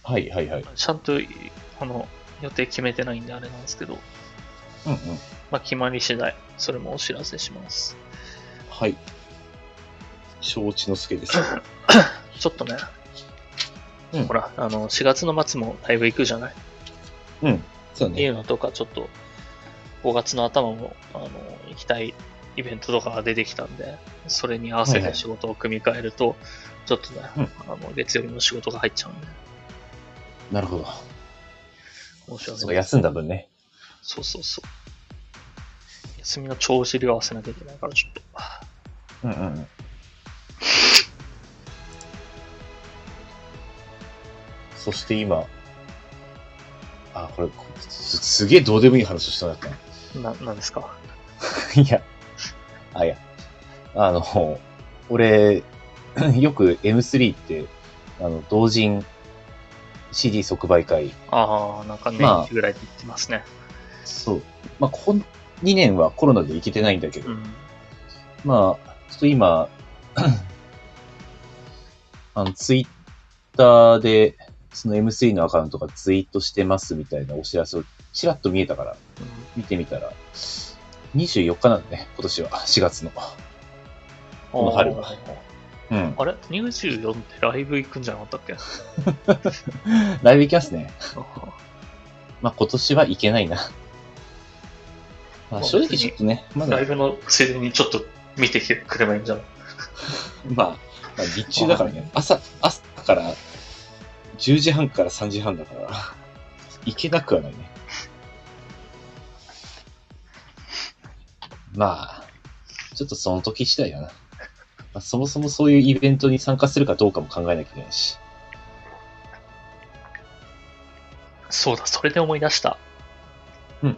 はいはいはい。
ちゃんと、この、予定決めてないんであれなんですけど、
うんうん。
まあ、決まり次第、それもお知らせします。
はい。承知の助で す。
ちょっとね、
うん
ほら、あの、4月の末もだいぶ行くじゃない
そう
ってい
ね。
うのとか、ちょっと、5月の頭も、あの、行きたいイベントとかが出てきたんで、それに合わせ
はいは
て
い
仕事を組み替えると、ちょっとね、
うん
あの、月曜日の仕事が入っちゃうんで、
なるほど。
面白い
そうか休んだ分ね。
そうそうそう。休みの調子量合わせなきゃいけないから、ちょっと。
うんうんうん。そして今、あ、これ、こすすげえどうでもいい話をしてなかったな
な、なんですか
いや、あ、いや、あの、俺、 よく M3 って、あの、同人 CD 即売会、
ああ、なんか
まあ
年一ぐらいで言ってますね。
そう、まあ、こん2年はコロナで行けてないんだけど、
うん。
まあ、ちょっと今、 あの、ツイッターで、その M3 のアカウントがツイートしてますみたいなお知らせをちらっと見えたから、見てみたら、24日なんだね、今年は、4月の。この春はうん。
あれ ?24 ってライブ行くんじゃなかったっけ
ライブ行きますね。
あ
まあ、今年はいけないな。まあ、正直ちょっとね、ま
ー
だ
ライ、ブのついでにちょっと見てきてくればいいんじゃない
まあ、まあ日中だからね、朝、朝から、10時半から3時半だから、行けなくはないね。まあ、ちょっとその時次第だな。まあ、そもそもそういうイベントに参加するかどうかも考えなきゃいけないし。
そうだ、それで思い出した。
うん。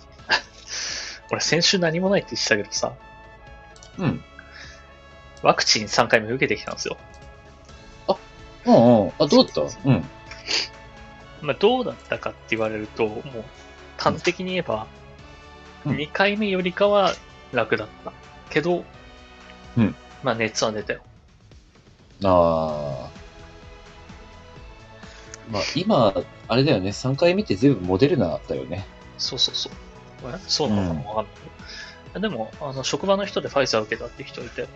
俺、先週何もないって言ってたけどさ、
うん。
ワクチン3回目受けてきたんですよ。
うんうん。あ、どうだったうん。
まあ、どうだったかって言われると、もう、端的に言えば、
うん
2回目よりかは楽だった。けど、
うん
まあ、熱は出たよ。
ああ。まあ、今、あれだよね、3回見て全部モデルナだよね。
そうそうそう。えそうなのかなわかんないけど。でも、あの、職場の人でファイザー受けたって人いて、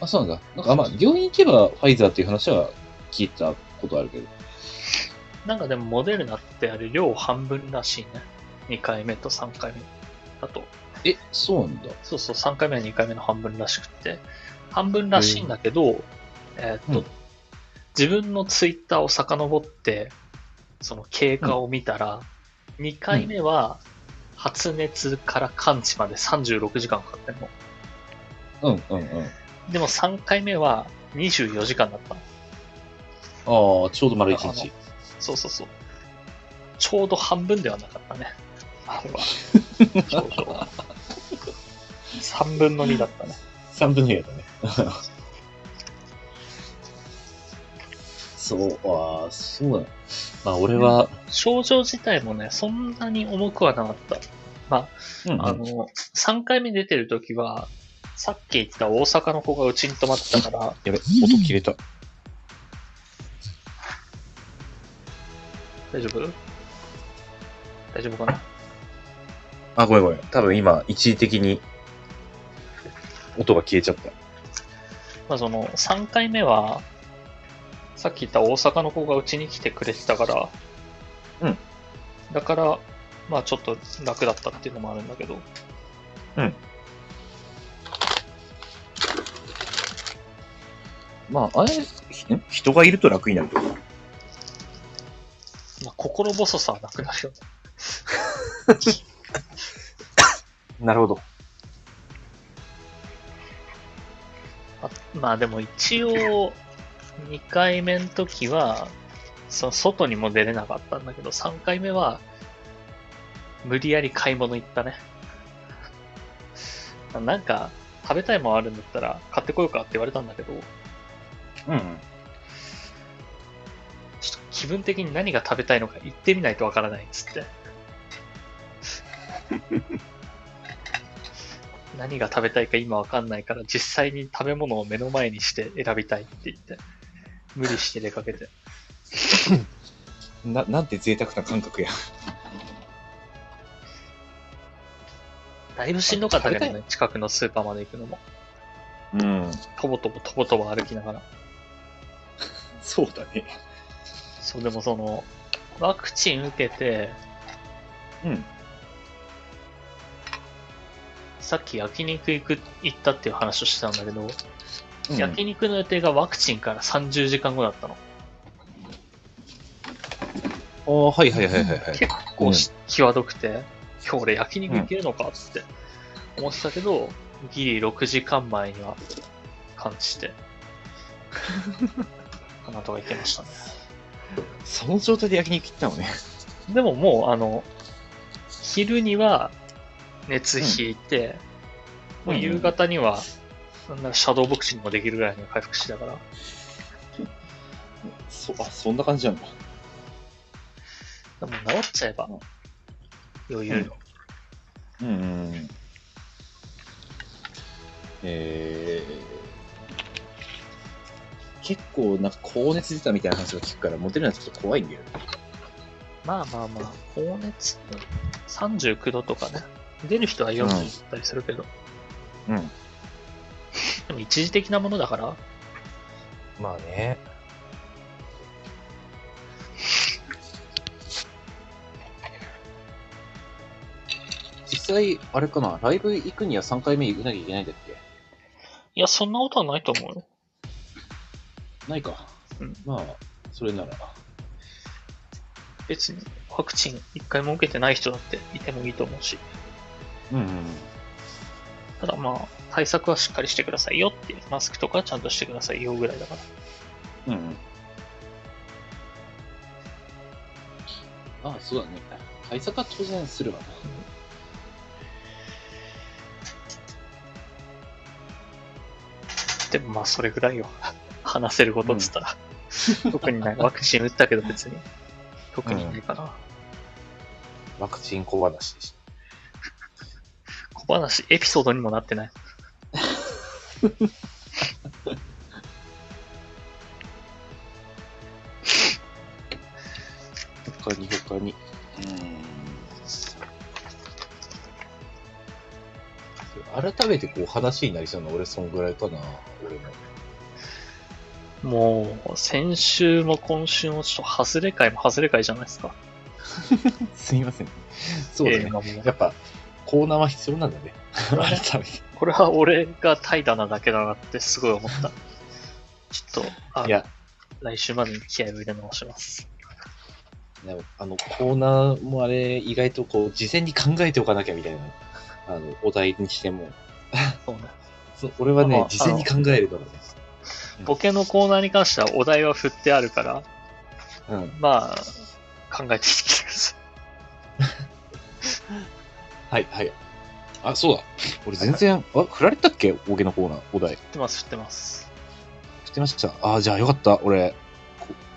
あ、そうなんだ。なんか、まあ、病院行けばファイザーっていう話は聞いたことあるけど。
なんかでもモデルナってあれ量半分らしいね。2回目と3回目だと。
え、そうなんだ。
そうそう、3回目は2回目の半分らしくって。半分らしいんだけど、えーっと、
うん
自分のツイッターを遡って、その経過を見たら、2回目は発熱から完治まで36時間かかってるの。
うん、うん、うん。あ
でも3回目は24時間だったの。
あ、ちょうど丸一
ああの
日。
そうそうそう。ちょうど半分ではなかったね。あれは。症状は3分の2だったね。
3分の1だね。 そう、ああ、そうだ。まあ、俺は、
症状自体もね、そんなに重くはなかった。
うん
あの、3回目出てる時は、さっき言った大阪の子がうちに泊まってたから、
やべ、音切れた。
大丈夫大丈夫かな
あ、ごめんごめん。多分今、一時的に、音が消えちゃった。
まあその、3回目は、さっき言った大阪の子がうちに来てくれてたから、
うん。
だから、まあちょっと楽だったっていうのもあるんだけど、
まあ、あれ、ひん人がいると楽になると思う。
まあ、心細さはなくなるよね。
なるほど。
あまあでも一応、2回目の時は、その外にも出れなかったんだけど、3回目は、無理やり買い物行ったね。あなんか、食べたいもんあるんだったら、買ってこようかって言われたんだけど、
うん。
ちょっと気分的に何が食べたいのか行ってみないとわからないっつ って。何が食べたいか今わかんないから実際に食べ物を目の前にして選びたいって言って無理して出かけて
な、なんて贅沢な感覚や。
だいぶしんどかったけど
食べ
ね近くのスーパーまで行くのも
うん。
とぼとぼとぼとぼ歩きながら
そうだね。
そうでもそのワクチン受けて
うん。
さっき焼肉行く行ったっていう話をしてたんだけど、焼肉の予定がワクチンから30時間後だったの
ああ、はいはいはいはい、は
結
い。
構し、際どくて、今日俺焼肉行けるのかっつって思ってたけど、ギリ6時間前には感知 して、なんとか行けましたね。
その状態で焼肉行ったのね。
でももう、あの、昼には熱引いて、
うん
もう夕方には、なんならシャドーボクシングもできるぐらいには回復してたから、
そ、あ、そんな感じなんだ。
でも治っちゃえば
うん
余裕よ。
うんうんうん。えー、結構なんか高熱出たみたいな話を聞くから、モテるのはちょっと怖いんだよね。
まあまあまあ、高熱、39度とかね、出る人は40
うん
だったりするけど、
うん。
でも一時的なものだから、
まあね。実際、あれかな、ライブ行くには3回目行かなきゃいけないんだっけ
いや、そんなことはないと思うよ。
ないか。
うん
まあ、それなら。
別に、ワクチン一回も受けてない人だっていてもいいと思うし、
うん、うん。
ただまあ、対策はしっかりしてくださいよっていう、マスクとかはちゃんとしてくださいよぐらいだから。
うん、うん。ああ、そうだね。対策は当然するわな。
でもまあ、それぐらいよ。 話せることっつったら、特にない。ワクチン打ったけど別に、特にないかな。
ワクチン小話でし
小話、エピソードにもなってない。
た。他に他に。うん。改めてこう話になりそうな俺そんぐらいかな。俺も。
もう、先週も今週もちょっと外れ会も外れ会じゃないですか。
すみません。そうだ
映
ね。
画も
やっぱ、コーナーは必要なんだ ね。改めて。
これは俺が怠惰なだけだなってすごい思った。ちょっと、あ
いや、
来週までに気合を入れ直します。
でもあの、コーナーもあれ、意外とこう、事前に考えておかなきゃみたいな、あの、お題にしても。
そうね。
そう俺はね
あ、
事前に考えるからね。
ボケのコーナーに関してはお題は振ってあるから、
うん。
まあ、考えてきてください。
はい、はい。あ、そうだ。俺全然、あ、振られたっけ大げのコーナー、お題。
振ってます、振ってます。
知ってましたああ、じゃあよかった。俺、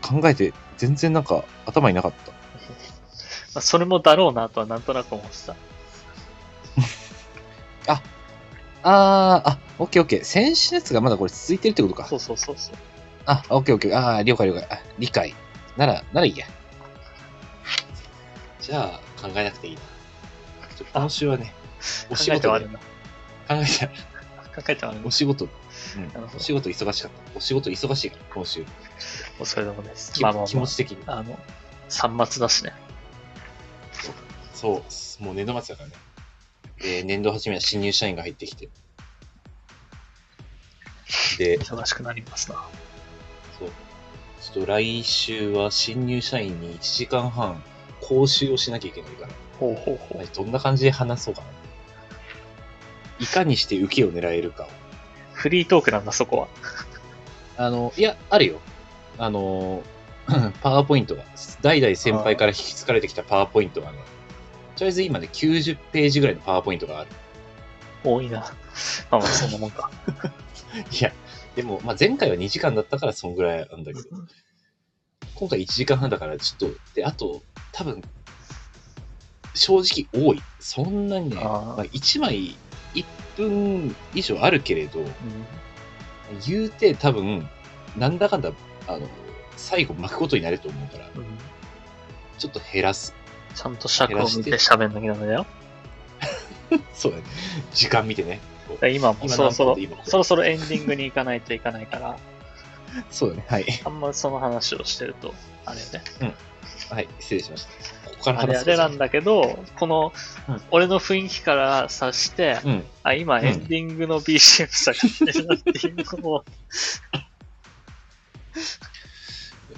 こ考えて、全然なんか、頭になかった。
まあ、それもだろうなとはなんとなく思ってた。
ああ、あ、オッケーオッケー。先週のやつがまだこれ続いてるってことか
そ。うそうそうそう。
あ、オッケーオッケー。ああ、了解了解。あ、理解。なら、ならいいや。じゃあ、考えなくていいな。ちょ今週はね、お仕
考えては
事
あ
で
るな。
考えた。
考えてはあるな
お。仕事。
なるほど
お仕事忙しかった。お仕事忙しいから、今週。
お疲れ様です。
き
まあまあ
気
ま
持ち的に。
あ、あの、三末だしね。
そう。もう年度末だからね。えー年度初めは新入社員が入ってきて。で、
忙しくなりますな。
そう。ちょっと来週は新入社員に1時間半講習をしなきゃいけないから、
ほうほうほ
はいどんな感じで話そうかな。いかにして受けを狙えるかを。
う。フリートークなんだ、そこは。
あの、いや、あるよ。あの、 パワーポイントが、代々先輩から引き継がれてきたパワーポイントがね、とりあえず今ね、90ページぐらいのパワーポイントがある。
多いな。 まあまあ、そんなもんか。
いや、でも、まあ、前回は2時間だったからそんぐらいなんだけど、今回1時間半だからちょっと、で、あと、多分、正直多い。そんなにね、
あ
ま
あ
あ、1枚1分以上あるけれど、
うん
言うて多分、なんだかんだ、あの、最後巻くことになると思うから、
うん
ちょっと減らす。
ちゃんと尺を見て喋んなきゃダメだよ。
そうだね。時間見てね。こう
だから今もうそろそろ、
今何分って今こう
そろそろエンディングに行かないといかないから、
そうだね。はい。
あんまりその話をしてると、あれよね。
はい。失礼しました。ここから
あれ
話
あ
す
れなんだけど、この
うん、
俺の雰囲気から察して、
うん。
あ、今
うん
エンディングの BGM 下がってるなっていうのを、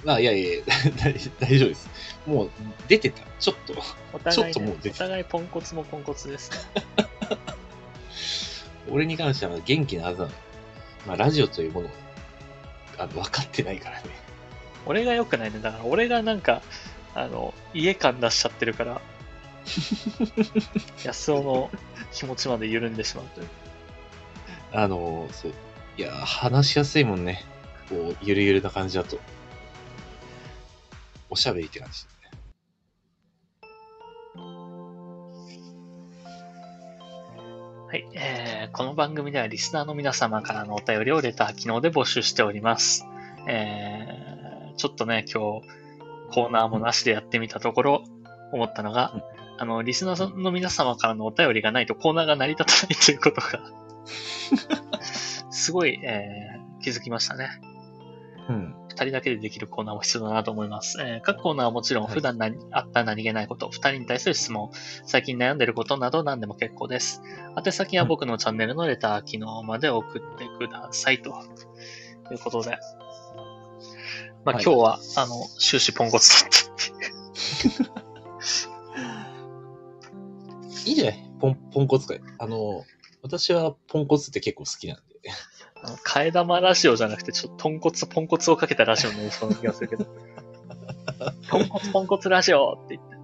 まあ、いやいや、 大大丈夫です。もう、出てた。ちょっと。
お互い
ちょっと
ね、
もう出
お
て
互いポンコツもポンコツですね。
俺に関しては元気なはずなのよ。まあ、ラジオというものを、あの、分かってないからね。
俺が良くないね。だから俺がなんか、あの、家感出しちゃってる から、安尾の気持ちまで緩んでしまうという。
あの、そう。いや、話しやすいもんね。こう、ゆるゆるな感じだと。おしゃべりって感じ。
はい、えーこの番組ではリスナーの皆様からのお便りをレター機能で募集しております。えーちょっとね、今日コーナーもなしでやってみたところ思ったのが
うん、
あの、リスナーの皆様からのお便りがないとコーナーが成り立たないということ が、すごい、えー気づきましたね。
うん。
二人だけでできるコーナーも必要だなと思います。えー各コーナーはもちろん
はい
普段何、あった何気ないこと、二人に対する質問、最近悩んでることなど何でも結構です。宛先は僕のチャンネルのレター機能まで送ってくださいと。いうことで。まあ、
はい
今日は、あの、終始ポンコツだった。
いいんじゃないポン、ポンコツかい。あの、私はポンコツって結構好きなんで。
あの替え玉ラジオじゃなくて、ちょっとポンコツポンコツをかけたラジオになりそうな気がするけ ど。ポンコツポンコツラジオって言って。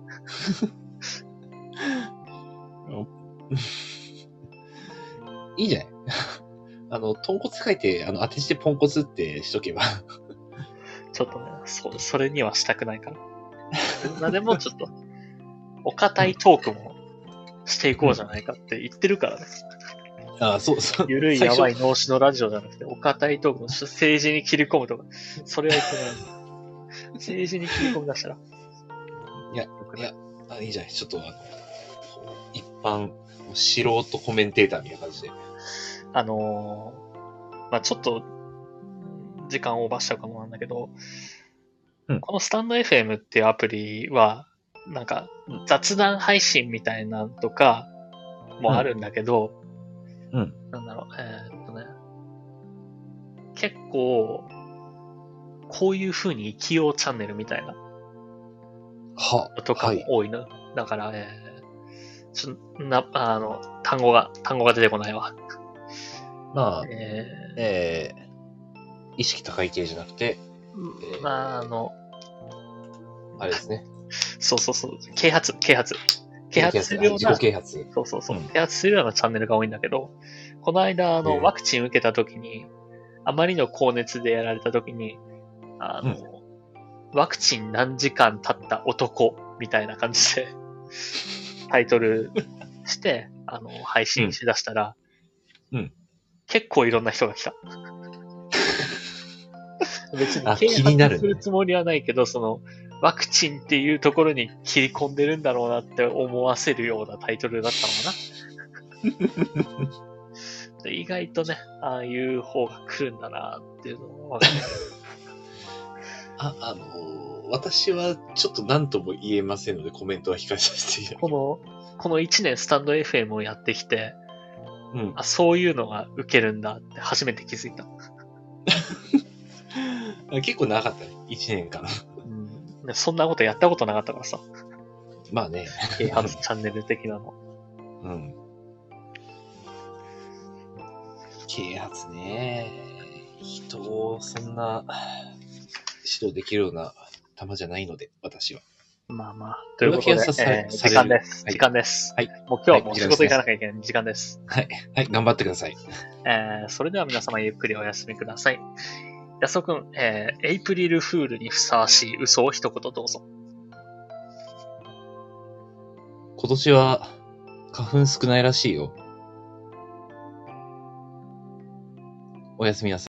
いいじゃない あの、豚骨書いて、あの、当て字でポンコツってしとけば。
ちょっとね、そそれにはしたくないから。まあでもちょっと、お堅いトークもしていこうじゃないかって言ってるからね。
ああ、そうそう。
ゆるいやば
最
い脳死のラジオじゃなくて、お堅いトークの政治に切り込むとか、それはいけない。政治に切り込み出したら。
いやいや初。あいいじゃないちょっと、あの、一般、素人コメンテーターみたいな感じで。
あのーまあちょっと、時間オーバーしちゃうかもなんだけど、
うん
このスタンド FM っていうアプリは、なんか
うん
雑談配信みたいなのとかもあるんだけど、
うん
なんだろう、えーっとね、結構、こういう風に生きようチャンネルみたいな
は
とか
はい
も多いの、だから、えーちょな、あの、単語が、単語が出てこないわ。
まあ、
えー
えー、意識高い系じゃなくて、
うんまあ、あの、
あれですね。
そうそうそう、啓発、啓発。啓発するよう
自
な
己、啓発。
そうそうそう
うん、
啓発するようなチャンネルが多いんだけど、この間、あ
え
の、
え
ワクチン受けた時に、あまりの高熱でやられた時に、あの、ワクチン何時間経った男みたいな感じで、タイトルして、 あの、配信しだしたら、
うんうん
結構いろんな人が来 た。別に
あ
啓
気になる
発
ね
するつもりはないけど、その、ワクチンっていうところに切り込んでるんだろうなって思わせるようなタイトルだったのか な。で意外とね、ああいう方が来るんだなっていうのを分かる。
あ、あのー私はちょっと何とも言えませんので、コメントは控えさせていただき
こ
ます。
の、この1年スタンド FM をやってきて、
うん。
あ、そういうのが受けるんだって初めて気づいた。
あ 結構長かったね。1年間。
でそんなことやったことなかったからさ、
まあね。
啓発チャンネル的なの。
うん。啓発ね。人をそんな指導できるような玉じゃないので、私は。
まあまあ。ということで、
啓発さ
えー時
され
間
る
です。
はい
時間です。
はい
もう今日は
はい
もう仕事行かなきゃいけない時間です。
はい、頑張ってください。
えーそれでは皆様ゆっくりお休みください。安尾くん、えーエイプリルフールにふさわしい嘘を一言どうぞ。
今年は花粉少ないらしいよ。おやすみなさい。